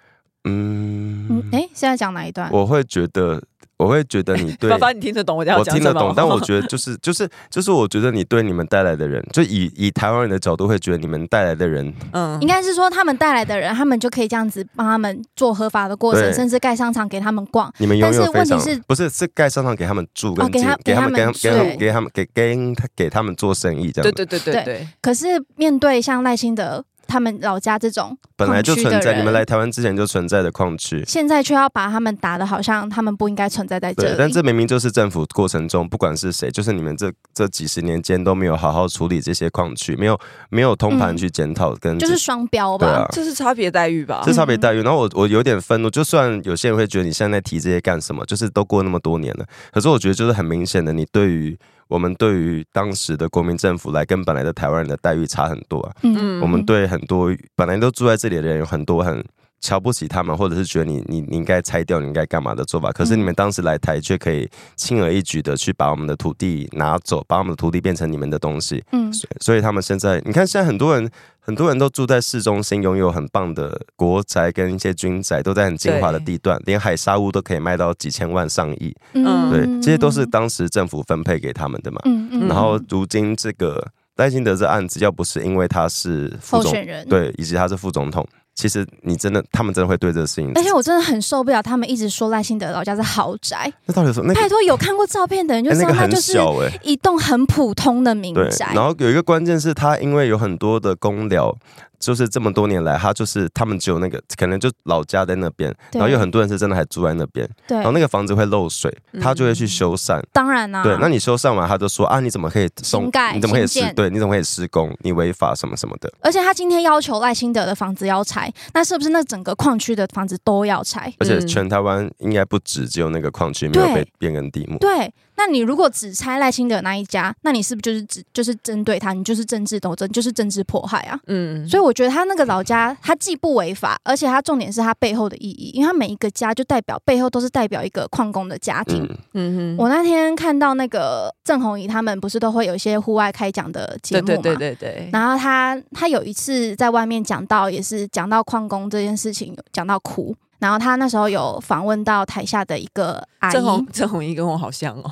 Speaker 2: 嗯
Speaker 3: 嗯，，哎，现在讲哪一段？
Speaker 2: 我会觉得，我会觉 得你对
Speaker 1: 爸。爸，你听得懂我要
Speaker 2: 我
Speaker 1: 讲
Speaker 2: 听得
Speaker 1: 什么吗
Speaker 2: 懂，但我觉得就是就是就是，我觉得你对你们带来的人，就以以台湾人的角度，会觉得你们带来的人，
Speaker 1: 嗯
Speaker 3: 应该是说他们带来的人，他们就可以这样子帮他们做合法的过程，
Speaker 2: 对
Speaker 3: 甚至盖商场给他们逛。
Speaker 2: 你们拥
Speaker 3: 但
Speaker 2: 有
Speaker 3: 是
Speaker 2: 非常
Speaker 3: 问题是
Speaker 2: 不是是盖商场给他们住
Speaker 3: 哦
Speaker 2: 跟
Speaker 3: 给
Speaker 2: 经、
Speaker 3: 他
Speaker 2: 给他们
Speaker 3: 给
Speaker 2: 给
Speaker 3: 他
Speaker 2: 他们给他
Speaker 3: 们对
Speaker 2: 们给他们给给他给他们做生意这
Speaker 1: 对
Speaker 2: 样，
Speaker 1: 对对对对，
Speaker 3: 可是面对像赖清德他们老家这种
Speaker 2: 本来就
Speaker 3: 矿区的
Speaker 2: 存在，
Speaker 3: 人
Speaker 2: 你们来台湾之前就存在的矿区，
Speaker 3: 现在却要把他们打的好像他们不应该存在在这
Speaker 2: 对
Speaker 3: 里。，
Speaker 2: 但这明明就是政府过程中，不管是谁，就是你们这这几十年间都没有好好处理这些矿区，没有没有通盘
Speaker 3: 嗯
Speaker 2: 去检讨跟
Speaker 3: 就是嗯双标
Speaker 2: 对
Speaker 3: 吧
Speaker 2: 啊。
Speaker 1: 这是差别待遇吧
Speaker 2: 这？差别待遇。然后我我有点愤怒，就算有些人会觉得你现在提这些干什么，就是都过那么多年了，可是我觉得就是很明显的，你对于我们对于当时的国民政府来跟本来的台湾人的待遇差很多啊。
Speaker 3: 嗯
Speaker 2: 我们对很多本来都住在这里的人有很多很瞧不起他们，或者是觉得你你你应该拆掉，你应该干嘛的做法。可是你
Speaker 3: 嗯
Speaker 2: 们当时来台却可以轻而易举的去把我们的土地拿走，把我们的土地变成你们的东西。
Speaker 3: 嗯，
Speaker 2: 所以他们现在，你看现在很多人，很多人都住在市中心，拥有很棒的国宅跟一些军宅，都在很精华的地段，连海沙屋都可以卖到几千万上亿。
Speaker 1: 嗯
Speaker 2: 对，这些都是当时政府分配给他们的嘛。
Speaker 3: 嗯嗯，
Speaker 2: 然后如今这个赖清德这案子，要不是因为他是副
Speaker 3: 候
Speaker 2: 总，
Speaker 3: 选人，
Speaker 2: 对，以及他是副总统，其实你真的，他们真的会对这个事情，
Speaker 3: 而且我真的很受不了他们一直说赖幸德老家是豪宅，
Speaker 2: 那到底说那个、
Speaker 3: 拜托有看过照片的人就
Speaker 2: 哎
Speaker 3: 知
Speaker 2: 那
Speaker 3: 道
Speaker 2: 个
Speaker 3: 那
Speaker 2: 很
Speaker 3: 就是
Speaker 2: 小哎、
Speaker 3: 一栋很普通的民
Speaker 2: 对，
Speaker 3: 宅
Speaker 2: 然。后有一个关键是他，因为有很多的公寮，就是这么多年来，他就是他们只有那个，可能就老家在那边，
Speaker 3: 对
Speaker 2: 然后有很多人是真的还住在那边，
Speaker 3: 对
Speaker 2: 然后，那个房子会漏水，
Speaker 1: 嗯
Speaker 2: 他就会去修缮。
Speaker 3: 当然啊啦，
Speaker 2: 对，那你修缮完，他就说啊，你怎么可以动
Speaker 3: 嗯新盖
Speaker 2: 你怎么可以施
Speaker 3: 新？建
Speaker 2: 对，你怎么可以施工？你违法什么什么的。
Speaker 3: 而且他今天要求赖清德的房子要拆，那是不是那整个矿区的房子都要拆？
Speaker 2: 而且
Speaker 1: 嗯
Speaker 2: 全台湾应该不止只有那个矿区没有
Speaker 3: 对
Speaker 2: 被变更地目。
Speaker 3: 对，那你如果只拆赖清德那一家，那你是不是就是只就是针对他，你就是政治斗争，就是政治迫害啊？
Speaker 1: 嗯，
Speaker 3: 所以我觉得他那个老家，他既不违法，而且他重点是他背后的意义，因为他每一个家就代表背后都是代表一个矿工的家庭。
Speaker 2: 嗯，
Speaker 1: 嗯哼，
Speaker 3: 我那天看到那个郑红怡他们不是都会有一些户外开讲的节
Speaker 1: 对
Speaker 3: 目嘛？
Speaker 2: 啊
Speaker 1: 对对对对，
Speaker 3: 然后他他有一次在外面讲到，也是讲到矿工这件事情，讲到哭。然后他那时候有访问到台下的一个阿
Speaker 1: 郑红
Speaker 3: 姨，
Speaker 1: 郑红怡跟我好像 哦，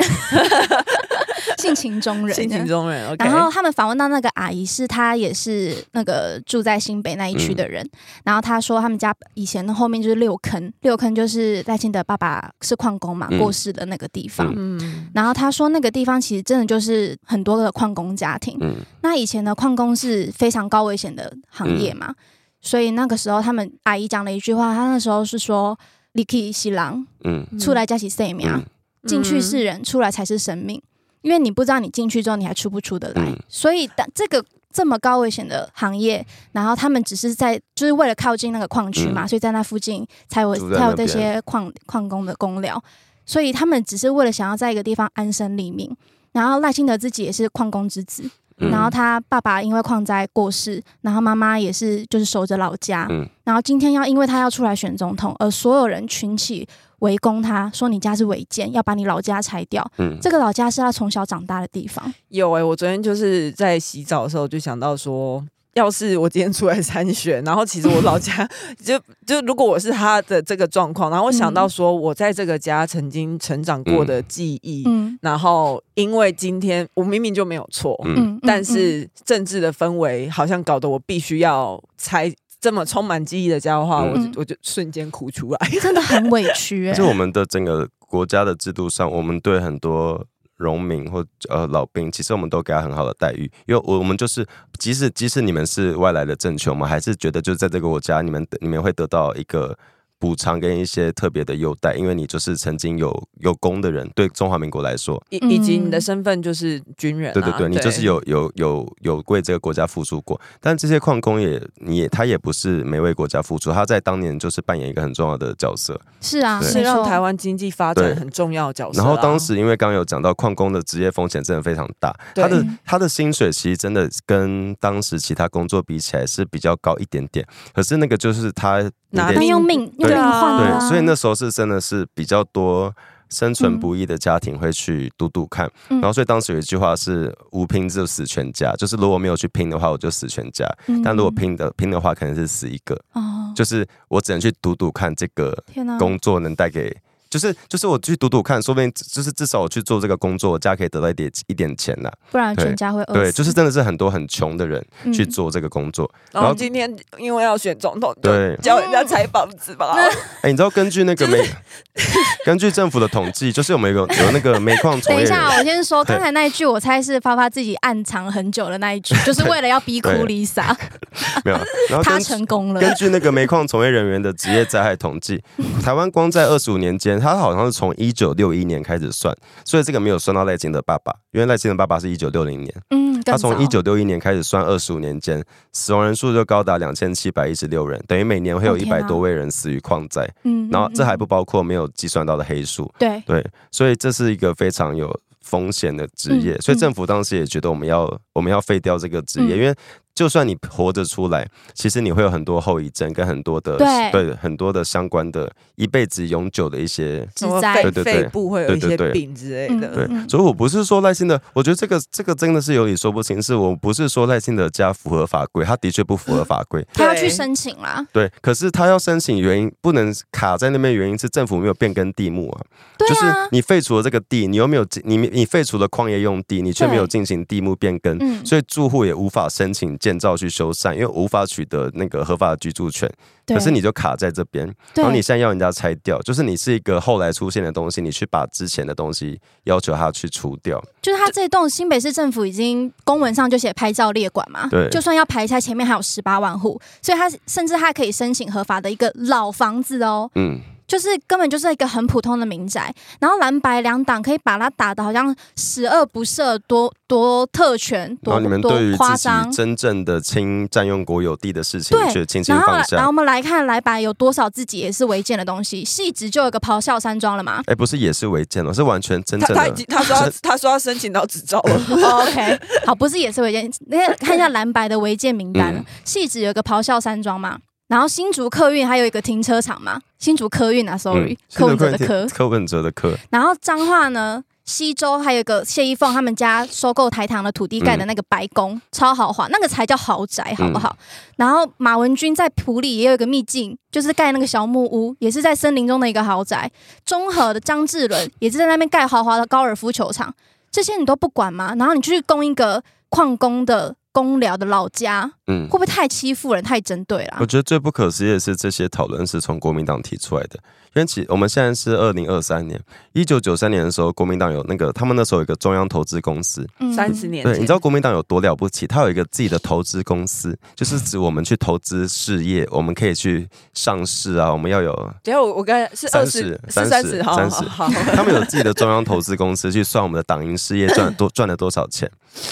Speaker 3: 性情中 人，
Speaker 1: 性情中人。OK，
Speaker 3: 然后他们访问到那个阿姨是，她也是那个住在新北那一区的人。然后她说，他们家以前后面就是六坑，六坑就是赖清德爸爸是矿工嘛，
Speaker 2: 嗯
Speaker 3: 过世的那个地方。
Speaker 2: 嗯
Speaker 1: 嗯，
Speaker 3: 然后她说，那个地方其实真的就是很多的矿工家庭。
Speaker 2: 嗯
Speaker 3: 那以前的矿工是非常高危险的行业嘛，所以那个时候他们阿姨讲了一句话，她那时候是说：“你可以洗狼，
Speaker 2: 嗯
Speaker 1: 嗯
Speaker 3: 出来加起生命。
Speaker 2: 嗯
Speaker 3: 进去是人，出来才是生命。因为你不知道你进去之后你还出不出得来，
Speaker 2: 嗯
Speaker 3: 所以当这个这么高危险的行业，然后他们只是在就是为了靠近那个矿区嘛，
Speaker 2: 嗯
Speaker 3: 所以在那附近才有
Speaker 2: 住在
Speaker 3: 才有
Speaker 2: 那
Speaker 3: 这
Speaker 2: 边
Speaker 3: 些矿矿工的工寮，所以他们只是为了想要在一个地方安身立命。然后赖清德自己也是矿工之子，
Speaker 2: 嗯
Speaker 3: 然后他爸爸因为矿灾过世，然后妈妈也是就是守着老家，
Speaker 2: 嗯
Speaker 3: 然后今天要因为他要出来选总统，而所有人群起围攻他，说你家是违建，要把你老家拆掉。
Speaker 2: 嗯，
Speaker 3: 这个老家是他从小长大的地方，
Speaker 1: 有哎、我昨天就是在洗澡的时候就想到说。要是我今天出来参选，然后其实我老家 就就如果我是他的这个状况，然后我想
Speaker 3: 嗯
Speaker 1: 到说我在这个家曾经成长过的记忆，
Speaker 3: 嗯
Speaker 1: 然后因为今天我明明就没有错，
Speaker 2: 嗯
Speaker 3: 嗯，
Speaker 1: 但是政治的氛围好像搞得我必须要拆这么充满记忆的家的话，
Speaker 2: 嗯
Speaker 1: 我就我就瞬间哭出来。
Speaker 3: 嗯真的很委 屈、欸，
Speaker 2: 就我们的整个国家的制度上，我们对很多农民或呃老兵，其实我们都给他很好的待遇，因为我我们就是，即使即使你们是外来的政权，我们还是觉得就在这个国家，你们你们会得到一个。补偿跟一些特别的优待，因为你就是曾经有有功的人，对中华民国来说，
Speaker 1: 以
Speaker 3: 嗯
Speaker 1: 以及你的身份就是军人、啊，
Speaker 2: 对对对，你就是有有有有为这个国家付出过，但这些矿工也你也他也不是没为国家付出，他在当年就是扮演一个很重要的角色。
Speaker 3: 是啊，
Speaker 2: 对
Speaker 1: 是
Speaker 3: 没错
Speaker 1: 让台湾经济发展
Speaker 2: 对
Speaker 1: 很重要的
Speaker 3: 哦
Speaker 1: 角色啊、
Speaker 2: 然后当时因为刚刚有讲到矿工的职业风险真的非常大，
Speaker 1: 对
Speaker 2: 他的他的薪水其实真的跟当时其他工作比起来是比较高一点点，可是那个就是他你
Speaker 1: 拿
Speaker 2: 得
Speaker 1: 命
Speaker 3: 那用命用
Speaker 2: 对
Speaker 3: 命换的、啊
Speaker 2: 对，所以那时候是真的是比较多生存不易的家庭会去赌赌看，
Speaker 3: 嗯
Speaker 2: 然后所以当时有一句话是“无拼就死全家”，就是如果没有去拼的话，我就死全家；但如果拼的拼的话，可能是死一个，
Speaker 3: 嗯哦，
Speaker 2: 就是我只能去赌赌看这个
Speaker 3: 天哪、
Speaker 2: 工作能带给。就是就是我去赌赌看，说不定就是至少我去做这个工作，我家可以得到一点一点钱呐、
Speaker 3: 不然
Speaker 2: 对
Speaker 3: 全家会饿死。
Speaker 2: 对，就是真的是很多很穷的人
Speaker 3: 哦嗯
Speaker 2: 去做这个工作。
Speaker 1: 然
Speaker 2: 然
Speaker 1: 后
Speaker 2: 后
Speaker 1: 今天因为要选总统，就
Speaker 2: 对，
Speaker 1: 教人
Speaker 3: 哦
Speaker 1: 家拆房子吧。
Speaker 2: 哎、你知道根据那个煤， 根据政府的统计，就是我们有个有那 个煤矿从
Speaker 3: 等
Speaker 2: 业人
Speaker 3: 一下，哦
Speaker 2: 员，
Speaker 3: 我先说，
Speaker 2: 对
Speaker 3: 刚才那一句我猜是发发自己暗藏很久的那一 句，就是为了要逼哭
Speaker 2: 对
Speaker 3: Lisa，
Speaker 2: 没有，然后
Speaker 3: 她
Speaker 2: 根
Speaker 3: 成功了。
Speaker 2: 根据那个煤矿从业人员的职业灾害统计， 台湾光在二十五年间，它好像是从一九六一年开始算，所以这个没有算到赖清德爸爸，因为赖清德爸爸是一九六零年，
Speaker 3: 嗯，
Speaker 2: 他
Speaker 3: 更
Speaker 2: 从
Speaker 3: 早
Speaker 2: 一九六一年开始算二十五年间，死亡人数就高达两千七百一十六人，等于每年会有
Speaker 3: 哦
Speaker 2: 一
Speaker 3: 天
Speaker 2: 百
Speaker 3: 啊
Speaker 2: 多位人死于矿灾，
Speaker 3: 嗯，嗯
Speaker 2: 然后这还不
Speaker 3: 嗯
Speaker 2: 包括没有计算到的黑数。
Speaker 3: 对，
Speaker 2: 对，所以这是一个非常有风险的职业，
Speaker 3: 嗯
Speaker 2: 所以政府当时也觉得我们要我们要废掉这个职业，
Speaker 3: 嗯
Speaker 2: 因为就算你活着出来，其实你会有很多后遗症跟很多的
Speaker 3: 对
Speaker 2: 很多的相关的一辈子永久的一些。
Speaker 1: 什
Speaker 3: 之
Speaker 1: 么
Speaker 3: 灾
Speaker 1: 肺
Speaker 2: 对对对
Speaker 1: 肺部会有一些
Speaker 2: 对对对
Speaker 1: 病之类的。
Speaker 2: 对，
Speaker 3: 嗯
Speaker 2: 所以我不是说赖清德，我觉得这个这个真的是有理说不清，是我不是说赖清德家符合法规，他的确不符合法规，
Speaker 3: 他要去
Speaker 1: 对
Speaker 3: 申请啦，
Speaker 2: 对，可是他要申请原因不能卡在那边，原因是政府没有变更地目啊，
Speaker 3: 对
Speaker 2: 就是
Speaker 3: 啊，
Speaker 2: 你废除了这个地，你又没有进你你废除了矿业用地，你却没有
Speaker 3: 对
Speaker 2: 进行地目变更，
Speaker 3: 嗯，
Speaker 2: 所以住户也无法申请建造去修缮，因为无法取得那个合法的居住权。
Speaker 3: 对啊
Speaker 2: 可是你就卡在这边，然后
Speaker 3: 对
Speaker 2: 你现在要人家拆掉，就是你是一个后来出现的东西，你去把之前的东西要求他去除掉。
Speaker 3: 就是他这栋新北市政府已经公文上就写拍照列管嘛，
Speaker 2: 对
Speaker 3: 就算要排一下前面还有十八万户，所以他甚至他还可以申请合法的一个老房子哦，
Speaker 2: 嗯，
Speaker 3: 就是根本就是一个很普通的民宅，然后蓝白两党可以把它打的好像十恶不赦，多多特权，
Speaker 2: 然
Speaker 3: 多
Speaker 2: 后你们
Speaker 3: 多
Speaker 2: 对于
Speaker 3: 夸
Speaker 2: 自己
Speaker 3: 张。
Speaker 2: 真正的侵占用国有地的事情，
Speaker 3: 对
Speaker 2: 却轻轻
Speaker 3: 然后
Speaker 2: 放，
Speaker 3: 然后
Speaker 2: 下
Speaker 3: 我。们来看蓝白有多少自己也是违建的东西，细致就有一个咆哮山庄 了嘛
Speaker 2: 哎，不是也是违建了，是完全真
Speaker 1: 他
Speaker 2: 正
Speaker 1: 他已经
Speaker 2: 的。
Speaker 1: 他说要他说要申请到执照了，
Speaker 3: ，OK，好，不是也是违建，那看一下蓝白的违建名单
Speaker 2: 嗯，
Speaker 3: 细致有一个咆哮山庄嘛，然后新竹客运还有一个停车场嘛，新竹客运啊，sorry，柯文哲的柯，
Speaker 2: 嗯柯文哲的柯，
Speaker 3: 然后彰化呢，西周还有一个谢依凤他们家收购台糖的土地盖的那个白宫，
Speaker 1: 嗯
Speaker 3: 超豪华，那个才叫豪宅，好不好？然后马文君在埔里也有一个秘境，就是盖那个小木屋，也是在森林中的一个豪宅。中和的张志伦也是在那边盖豪华的高尔夫球场，这些你都不管吗？然后你去供一个矿工的公寮的老家，
Speaker 2: 嗯
Speaker 3: 会。不会太欺负人、太针对了
Speaker 2: 我？觉得最不可思议的是，这些讨论是从国民党提出来的。因为其我们现在是二零二三年，一九九三年的时候，国民党有那个，他们那时候有一个中央投资公司。
Speaker 3: 嗯
Speaker 1: 三十年
Speaker 2: 对，
Speaker 1: 前，
Speaker 2: 你知道国民党有多了不起？它有一个自己的投资公司，就是指我们去投资事业，我们可以去上市啊，我们要有。
Speaker 1: 等一下我我刚才是二十
Speaker 2: 30
Speaker 1: 是三十，
Speaker 2: 30
Speaker 1: 好好
Speaker 2: 30
Speaker 1: 好，
Speaker 2: 他们有自己的中央投资公司去算我们的党营事业赚了 多赚了多少钱，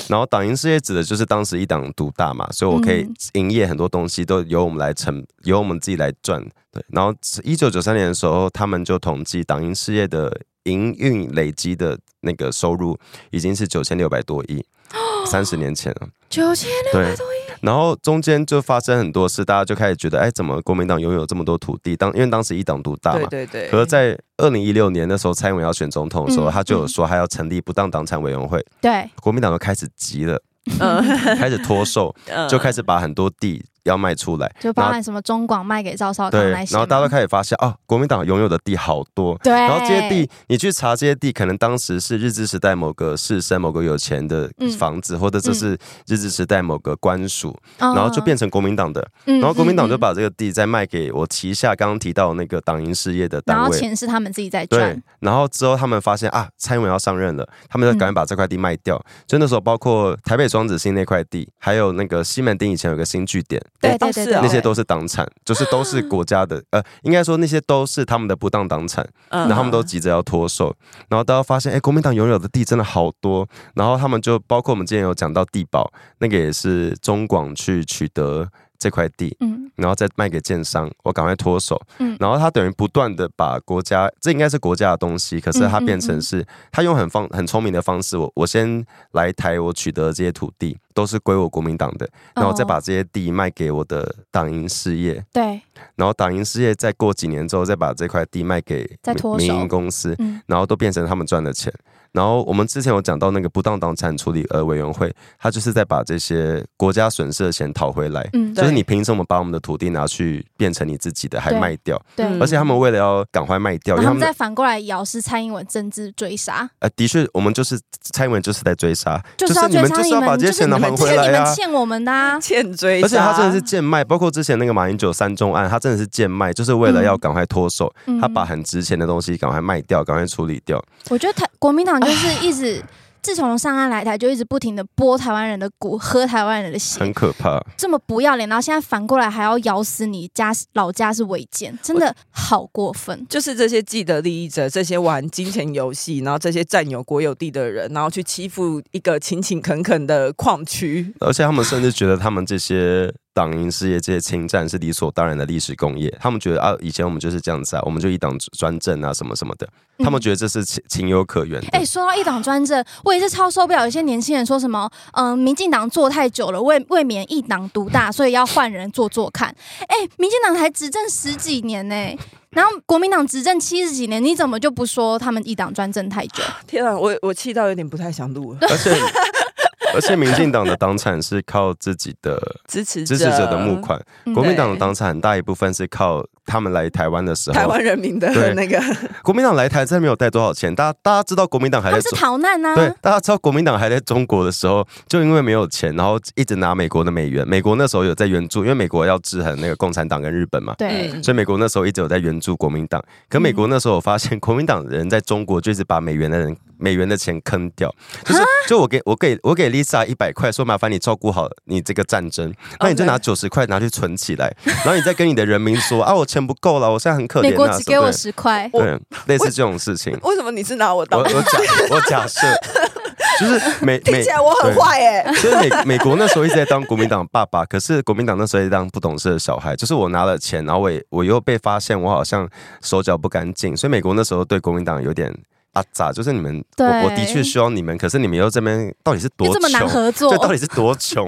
Speaker 2: 然后党营事业指的就是当时一党独大嘛，所以我可以
Speaker 3: 嗯
Speaker 2: 营业很多东西都由我们来承，由我们自己来赚。对，然后一九九三年的时候，他们就统计党营事业的营运累积的那个收入已经是九千六百多 亿，三十年前了。
Speaker 3: 九千
Speaker 2: 对，然后中间就发生很多事，大家就开始觉得，哎，怎么国民党拥有这么多土地？当因为当时一党独大嘛，
Speaker 1: 对对
Speaker 2: 可
Speaker 1: 对，
Speaker 2: 是，在二零一六年那时候，蔡英文要选总统的时候，
Speaker 3: 嗯
Speaker 2: 他就有说他要成立不当党产委员会，
Speaker 3: 对，
Speaker 2: 国民党就开始急了，
Speaker 1: 嗯
Speaker 2: 开始脱 售，
Speaker 1: 嗯
Speaker 2: 就开始把很多地要卖出来，
Speaker 3: 就包含什么中广卖给赵少康
Speaker 2: 对，
Speaker 3: 那
Speaker 2: 然
Speaker 3: 些嘛，
Speaker 2: 后大家都开始发现，哦，国民党拥有的地好多。
Speaker 3: 对，
Speaker 2: 然后这些地，你去查这些地，可能当时是日治时代某个士绅、某个有钱的
Speaker 3: 嗯
Speaker 2: 房子，或者这是日治时代某个官署，
Speaker 3: 嗯，
Speaker 2: 然后就变成国民党的。
Speaker 3: 嗯，
Speaker 2: 然后国民党就
Speaker 3: 嗯，嗯
Speaker 2: 把这个地再卖给我旗下刚刚提到的那个党营事业的
Speaker 3: 嗯然
Speaker 2: 单
Speaker 3: 后
Speaker 2: 位，
Speaker 3: 钱是他们自己在
Speaker 2: 对
Speaker 3: 赚，，嗯
Speaker 2: 然后之后他们发现啊，蔡英文要上任了，他们就赶快把这块地卖掉。就那时候，包括台北双子星那块地，还有那个西门町以前有个新据点，
Speaker 3: 对
Speaker 1: 哦
Speaker 3: 对
Speaker 1: 是
Speaker 3: 对对
Speaker 1: 哦
Speaker 2: 那些都是党产，就是都是国家的，呃，应该说那些都是他们的不当党产，
Speaker 1: 嗯
Speaker 2: 然后他们都急着要脱手，然后大家发现，哎，国民党拥有的地真的好多，然后他们就包括我们之前有讲到地保，那个也是中广去取得这块地，
Speaker 3: 嗯
Speaker 2: 然后再卖给建商，我赶快脱手。
Speaker 3: 嗯
Speaker 2: 然后他等于不断的把国家，这应该是国家的东西，可是他
Speaker 3: 嗯嗯
Speaker 2: 变成是，他用很方很聪明的方式，我我先来台，我取得这些土地都是归我国民
Speaker 3: 哦
Speaker 2: 党的，然后我再把这些地卖给我的党营事业，
Speaker 3: 对，
Speaker 2: 然后党营事业再过几年之后，再把这块地卖给
Speaker 3: 再脱
Speaker 2: 民
Speaker 3: 手
Speaker 2: 民营公司，
Speaker 3: 嗯
Speaker 2: 然后都变成他们赚的钱。然后我们之前有讲到那个不当党产处理呃委员会，他就是在把这些国家损失的钱讨回来。
Speaker 3: 嗯，
Speaker 2: 就是
Speaker 1: 对
Speaker 2: 你凭什么把我们的土地拿去变成你自己的，还
Speaker 3: 对
Speaker 2: 卖掉？
Speaker 3: 对，
Speaker 1: 嗯
Speaker 2: 而且他们为了要赶快卖掉，
Speaker 3: 然
Speaker 2: 因
Speaker 3: 后
Speaker 2: 为他
Speaker 3: 他们
Speaker 2: 们
Speaker 3: 再反过来咬是蔡英文政治追杀，
Speaker 2: 呃，的确，我们就是蔡英文就是在追杀，
Speaker 3: 就是要
Speaker 2: 是你
Speaker 3: 追
Speaker 2: 们
Speaker 3: 杀
Speaker 2: 就是
Speaker 3: 你
Speaker 2: 要把
Speaker 3: 们，
Speaker 2: 这些
Speaker 3: 就是
Speaker 2: 钱
Speaker 3: 你
Speaker 2: 拿
Speaker 3: 们
Speaker 2: 还
Speaker 3: 就
Speaker 2: 回
Speaker 3: 是你
Speaker 2: 来
Speaker 3: 们
Speaker 2: 啊！
Speaker 3: 欠我们的啊，
Speaker 1: 欠追杀，
Speaker 2: 而且他真的是贱卖，包括之前那个马英九三中案，他真的是贱卖，就是为了要赶快脱手，
Speaker 3: 嗯
Speaker 2: 他把很值钱的东西赶快卖掉，赶快处理掉。
Speaker 3: 我觉得台国民党就是一直。 自从上岸来台，就一直不停的剥台湾人的骨，喝台湾人的血，
Speaker 2: 很可怕。
Speaker 3: 这么不要脸，然后现在反过来还要咬死你家老家是违建，真的好过分。
Speaker 1: 就是这些既得利益者，这些玩金钱游戏，然后这些占有国有地的人，然后去欺负一个勤勤恳恳的矿区。
Speaker 2: 而且他们甚至觉得他们这些党营事业这些侵占是理所当然的历史工业，他们觉得啊，以前我们就是这样子啊，我们就一党专政啊，什么什么的，他们觉得这是情情有可原的。
Speaker 3: 嗯哎、说到一党专政，我也是超受不了一些年轻人说什么，嗯、民进党做太久了，为未免一党独大，所以要换人做做看。哎、民进党才执政十几年呢、然后国民党执政七十几年，你怎么就不说他们一党专政太久？
Speaker 1: 天啊，我我气到有点不太想录了。
Speaker 2: 而且而且，民进党的党产是靠自己的
Speaker 1: 支持
Speaker 2: 支持者的募，款，
Speaker 3: 嗯
Speaker 2: 国民党的党产很大一部分是靠他们来台湾的时
Speaker 1: 台
Speaker 2: 候，
Speaker 1: 湾人民的
Speaker 2: 对
Speaker 1: 那个，
Speaker 2: 国民党来台真的没有带多少钱，大家大家知道国民党还
Speaker 3: 他
Speaker 2: 在
Speaker 3: 们是
Speaker 2: 中。
Speaker 3: 逃难啊呐、
Speaker 2: 对，大家知道国民党还在中国的时候，就因为没有钱，然后一直拿美国的美元。美国那时候有在援助，因为美国要制衡那个共产党跟日本嘛，
Speaker 3: 对，
Speaker 1: 嗯
Speaker 2: 所以美国那时候一直有在援助国民党。可美国那时候我发现，
Speaker 3: 嗯
Speaker 2: 国民党的人在中国就是把美元的人美元的钱坑掉，就是就我给我给我给 Lisa 一百块，说麻烦你照顾好你这个战争，那你就拿九十块拿去存起来，然后你再跟你的人民说啊，我钱不够了，我现在很可怜、啊。
Speaker 3: 美国只给我
Speaker 2: 什
Speaker 3: 十块，
Speaker 2: 么的对，类似这种事情，
Speaker 1: 为什么你是拿我
Speaker 2: 我
Speaker 1: 当
Speaker 2: 我？假我假 设。就是美
Speaker 1: 听
Speaker 2: 美
Speaker 1: 起来我很
Speaker 2: 对
Speaker 1: 坏哎、
Speaker 2: 就是美 美国那时候一直在当国民党爸爸，可是国民党那时候也当不懂事的小孩。就是我拿了钱，然后我也我又被发现我好像手脚不干净，所以美国那时候对国民党有点啊咋，就是你们我
Speaker 3: 对
Speaker 2: 我的确需要你们，可是你们又这边到底是多
Speaker 3: 就这么难
Speaker 2: 穷？
Speaker 3: 合作
Speaker 2: 这，到底是多 穷？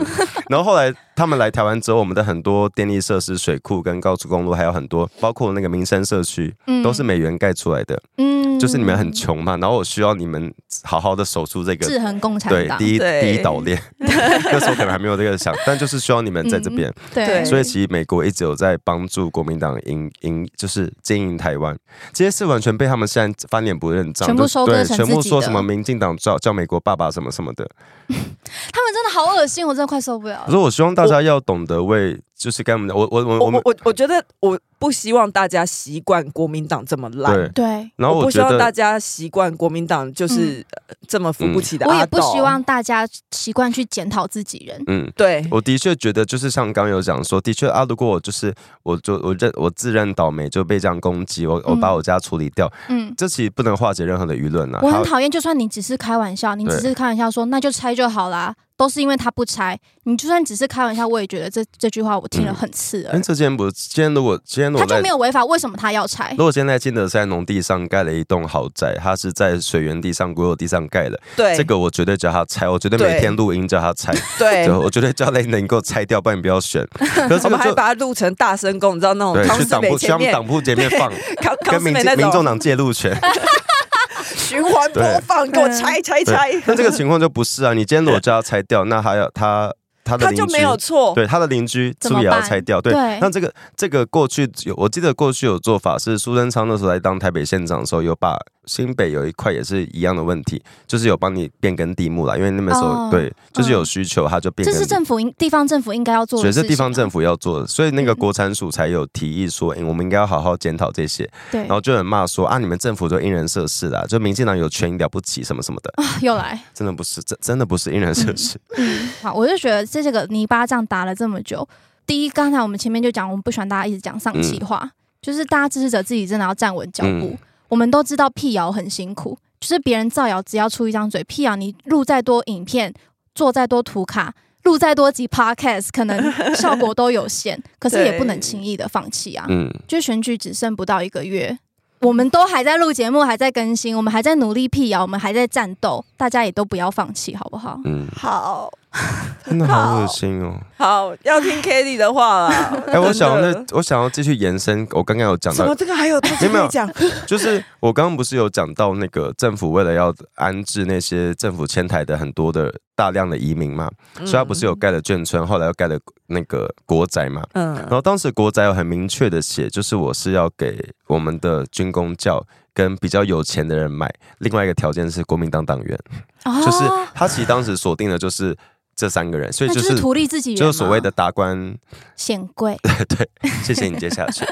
Speaker 2: 然后后来他们来台湾之后，我们的很多电力设施、水库跟高速公路，还有很多包括那个民生社区，
Speaker 3: 嗯
Speaker 2: 都是美元盖出来的。
Speaker 3: 嗯
Speaker 2: 就是你们很穷嘛，然后我需要你们好好的守住这个
Speaker 3: 制衡共产
Speaker 2: 对，
Speaker 3: 党，
Speaker 2: 第一
Speaker 1: 对
Speaker 2: 第一岛链， 那时候可能还没有这个想，但就是希望你们在这边。
Speaker 1: 对
Speaker 2: 所以其实美国一直有在帮助国民党赢赢，就是经营台湾，这些事完全被他们现在翻脸不认账，
Speaker 3: 全部
Speaker 2: 就
Speaker 3: 收割
Speaker 2: 对，
Speaker 3: 成
Speaker 2: 全
Speaker 3: 自
Speaker 2: 部
Speaker 3: 己
Speaker 2: 说
Speaker 3: 的
Speaker 2: 什么民进党叫叫美国爸爸什么什么的。
Speaker 3: 他们真的好恶心，我真的快受不了
Speaker 2: 可
Speaker 3: 了。
Speaker 2: 是我希望大家要懂得为，就是该我们我我我
Speaker 1: 我
Speaker 2: 我们
Speaker 1: 我我我觉得我不希望大家习惯国民党这么烂，
Speaker 2: 对，
Speaker 3: 对，
Speaker 2: 然后
Speaker 1: 我
Speaker 2: 我
Speaker 1: 不希
Speaker 2: 觉
Speaker 1: 望大
Speaker 2: 得
Speaker 1: 家习惯国民党就是、呃这么
Speaker 2: 嗯
Speaker 1: 扶不起的
Speaker 3: 嗯我
Speaker 1: 阿
Speaker 3: 也不
Speaker 1: 斗。
Speaker 3: 希望大家习惯去检讨自己人。
Speaker 2: 嗯。
Speaker 1: 对，
Speaker 2: 我的确觉得，就是像刚刚有讲说，的确啊，如果我就是我就我认我自认倒霉，就被这样攻击，我我把
Speaker 3: 嗯
Speaker 2: 我家处理掉，
Speaker 3: 嗯，
Speaker 2: 这其实不能化解任何的舆论啊。
Speaker 3: 我
Speaker 2: 还
Speaker 3: 很
Speaker 2: 有
Speaker 3: 讨厌，就算你只是开玩笑，你只是开玩笑说那就拆就好啦，都是因为他不拆。你就算只是开玩笑，我也觉得这这句话我
Speaker 2: 嗯
Speaker 3: 听了很刺耳
Speaker 2: 跟。这件不，今天如果今天
Speaker 3: 他
Speaker 2: 我
Speaker 3: 就
Speaker 2: 在
Speaker 3: 没，有违法，为什么他要拆
Speaker 2: 如？果现在金德是在农地上盖了一栋豪宅，他是在水源地上、国有地上盖的，
Speaker 1: 对，
Speaker 2: 这个我绝对叫他拆，我绝对
Speaker 1: 对
Speaker 2: 每天录音叫他拆，
Speaker 1: 对
Speaker 2: 对，我绝对叫他能够拆掉，不然你不 要选。可是
Speaker 1: 我
Speaker 2: 这个
Speaker 1: 们还
Speaker 2: 就
Speaker 1: 把它录成大声公，你知道那种
Speaker 2: 对
Speaker 1: 康
Speaker 2: 去
Speaker 1: 斯
Speaker 2: 党
Speaker 1: 美
Speaker 2: 部去他
Speaker 1: 前
Speaker 2: 们
Speaker 1: 面，
Speaker 2: 党部前面放，
Speaker 1: 康康
Speaker 2: 跟
Speaker 1: 斯
Speaker 2: 民
Speaker 1: 美
Speaker 2: 进
Speaker 1: 那
Speaker 2: 民众
Speaker 1: 种
Speaker 2: 党介 入权。
Speaker 1: 循环播
Speaker 2: 对
Speaker 1: 放，给我
Speaker 3: 嗯
Speaker 1: 拆拆
Speaker 2: 对
Speaker 1: 拆。
Speaker 2: 但这个情况就不是啊，你今天如果叫他拆掉，那还有他他的
Speaker 1: 他
Speaker 2: 邻居
Speaker 1: 就没有错，
Speaker 2: 对他的邻居
Speaker 3: 哦怎
Speaker 2: 树
Speaker 3: 么
Speaker 2: 也要
Speaker 3: 办
Speaker 2: 拆掉。对
Speaker 3: 对，
Speaker 2: 那这个这个过去有，我记得过去有做法是苏贞昌那时候来当台北县长的时候，有把新北有一块也是一样的问题，就是有帮你变更地目啦，因为那边时候、
Speaker 3: 哦
Speaker 2: 对，就是
Speaker 3: 嗯
Speaker 2: 有需求，他就变
Speaker 3: 这
Speaker 2: 更
Speaker 3: 是
Speaker 2: 地。
Speaker 3: 政府应地方政府应该要做
Speaker 2: 所
Speaker 3: 的
Speaker 2: 以
Speaker 3: 事
Speaker 2: 是
Speaker 3: 情。啊
Speaker 2: 地方政府要做的，所以那个
Speaker 3: 嗯
Speaker 2: 国产署才有提议说，诶哎我们应该要好好检讨这些，
Speaker 3: 对
Speaker 2: 然，后就有人骂说啊，你们政府就因人设事啦，就民进党有权了不起什么什么 的，
Speaker 3: 又来。
Speaker 2: 真的不是，真真的不是因人设事，
Speaker 3: 好，我就觉得这这个泥巴仗打了这么久，第一，刚才我们前面就讲，我们不喜欢大家一直讲丧气话，就是大家支持者自己真的要站稳脚步。
Speaker 2: 嗯
Speaker 3: 我们都知道辟谣很辛苦，就是别人造谣，只要出一张嘴，辟谣啊你录再多影片，做再多图卡。录再多集 podcast，可能效果都有限， 可是也不能轻易的放弃啊！
Speaker 2: 嗯。
Speaker 3: 就选举只剩不到一个月，我们都还在录节目，还在更新，我们还在努力辟谣，我们还在战斗，大家也都不要放弃，好不好？
Speaker 2: 嗯，
Speaker 1: 好
Speaker 2: 真的好恶心哦！
Speaker 1: 好要 听 Kitty 的话啦。
Speaker 2: 哎、我想要
Speaker 1: 真
Speaker 2: 那
Speaker 1: 的
Speaker 2: 我想要继续延伸，我刚刚有讲
Speaker 1: 什
Speaker 2: 到
Speaker 1: 么这个还有东西
Speaker 2: 没有没
Speaker 1: 可
Speaker 2: 有
Speaker 1: 以讲？
Speaker 2: 就是我刚刚不是有讲到那个政府为了要安置那些政府迁台的很多的大量的移民嘛， 所以他不是
Speaker 1: 嗯
Speaker 2: 有盖了眷村，后来又盖了那个国宅嘛。然
Speaker 1: 嗯
Speaker 2: 后当时国宅有很明确的写，就是我是要给我们的军工教跟比较有钱的人买，另外一个条件是国民党党员，
Speaker 1: 哦
Speaker 3: 啊
Speaker 2: 嗯就是他其实当时锁定的就是这三个人，所以
Speaker 3: 那
Speaker 2: 就
Speaker 3: 就是是。图利自己人嘛，
Speaker 2: 就是所谓的达官，
Speaker 3: 显 贵。
Speaker 2: 谢谢你接下去。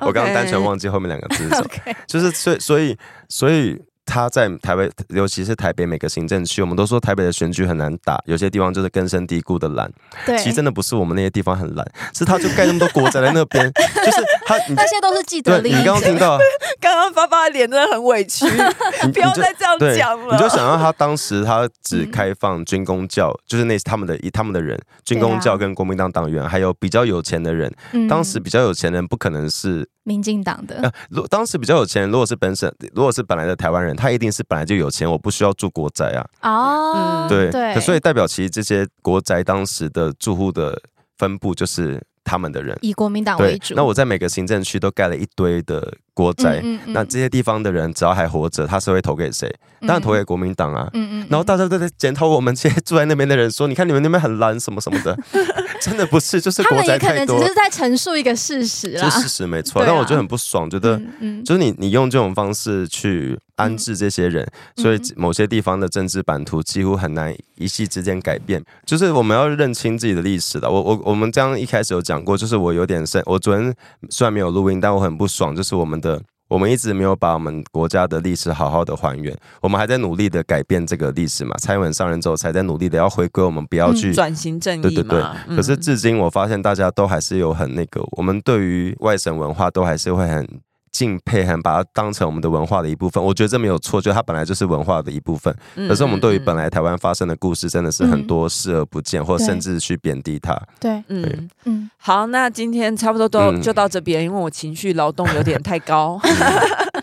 Speaker 2: 我刚刚单纯忘记后面两个字是什么。
Speaker 3: OK，
Speaker 2: 就是所以所以所以他在台北，尤其是台北每个行政区，我们都说台北的选举很难打，有些地方就是根深蒂固的懒。
Speaker 3: 对，
Speaker 2: 其实真的不是我们那些地方很懒，是他就盖那么多国宅在那边，就是他你
Speaker 3: 那些都是既得
Speaker 2: 对
Speaker 3: 利
Speaker 2: 你
Speaker 3: 益
Speaker 2: 刚刚
Speaker 3: 者。
Speaker 2: 听到，
Speaker 1: 刚刚发发的脸真的很委屈，
Speaker 2: 你
Speaker 1: 不要
Speaker 2: 你就
Speaker 1: 再这样
Speaker 2: 对
Speaker 1: 讲了。
Speaker 2: 你就想到他当时他只
Speaker 1: 嗯
Speaker 2: 开放军工教，就是那他们的以他们的人，军工教跟国民党党员，还有比较有钱的人。
Speaker 3: 嗯
Speaker 2: 当时比较有钱人不可能是，
Speaker 3: 民进党的
Speaker 2: 呃，如当时比较有钱人，如果是本省，如果是本来的台湾人，他一定是本来就有钱，我不需要住国宅啊。
Speaker 3: 哦，
Speaker 1: 嗯
Speaker 2: 对，
Speaker 3: 对，
Speaker 2: 可所以代表其实这些国宅当时的住户的分布就是他们的人。
Speaker 3: 以国民党为
Speaker 2: 对
Speaker 3: 主，。
Speaker 2: 那我在每个行政区都盖了一堆的国宅，
Speaker 3: 嗯嗯
Speaker 2: 那这些地方的人只要还活着，他是会投给谁？
Speaker 3: 嗯
Speaker 2: 当然投给国民党啊。
Speaker 3: 嗯嗯，
Speaker 2: 然后大家都在检讨我们这些住在那边的人，说：“你看你们那边很蓝什么什么的， 真的不是，就是
Speaker 3: 他
Speaker 2: 国
Speaker 3: 们
Speaker 2: 宅
Speaker 3: 也可
Speaker 2: 太
Speaker 3: 能
Speaker 2: 多
Speaker 3: 只
Speaker 2: 了，
Speaker 3: 是在陈述一个事实啦
Speaker 2: 这。是事实没错。
Speaker 3: 对啊
Speaker 2: 但我觉得很不爽，觉得
Speaker 3: 嗯嗯，
Speaker 2: 就是你你用这种方式去安置这些人，
Speaker 3: 嗯
Speaker 2: 所以
Speaker 3: 嗯
Speaker 2: 某些地方的政治版图几乎很难一夕之间改变。就是我们要认清自己的历史的。我我我们这样一开始有讲过，就是我有点生，我昨天虽然没有录音，但我很不爽，就是我们的。我们一直没有把我们国家的历史好好的还原，我们还在努力的改变这个历史嘛。蔡英文上任之后，才在努力的要回归我们，不
Speaker 3: 嗯
Speaker 2: 要去
Speaker 1: 转型正
Speaker 2: 对
Speaker 1: 义
Speaker 2: 对对
Speaker 1: 嘛。嗯
Speaker 2: 可是至今，我发现大家都还是有很那个，我们对于外省文化都还是会很敬佩，很把它当成我们的文化的一部分。我觉得这没有错，就它本来就是文化的一部分。
Speaker 1: 嗯
Speaker 2: 可是我们对于本，来台湾发生的故事，真的是很多视而不见，或
Speaker 3: 对
Speaker 2: 甚至去贬低它。
Speaker 3: 对，
Speaker 1: 嗯嗯嗯嗯
Speaker 3: 嗯，
Speaker 1: 好，那今天差不多都
Speaker 2: 嗯
Speaker 1: 就到这边，因为我情绪劳动有点太 高。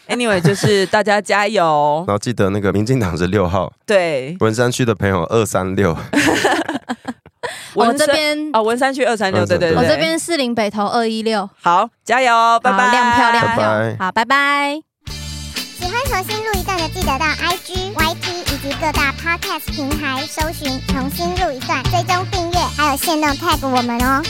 Speaker 1: anyway，就是大家加油
Speaker 2: 然，后记得那个民进党是六号，
Speaker 1: 对，
Speaker 2: 文山区的朋友二三六，
Speaker 3: 我
Speaker 1: 文
Speaker 3: 哦这
Speaker 1: 山
Speaker 3: 边
Speaker 2: 哦
Speaker 1: 啊，文山区二三六，对对对，
Speaker 3: 哦我这边四零北投二一六，
Speaker 1: 好，加油，拜
Speaker 3: 好
Speaker 1: 拜，
Speaker 3: 亮票亮
Speaker 2: 拜
Speaker 3: 票，
Speaker 2: 拜
Speaker 3: 好，拜拜。
Speaker 4: 喜欢重新录一段的，记得到 IG、YT 以及各大 Podcast 平台搜寻“重新录一段”，追踪订阅，还有限定 tag 我们哦。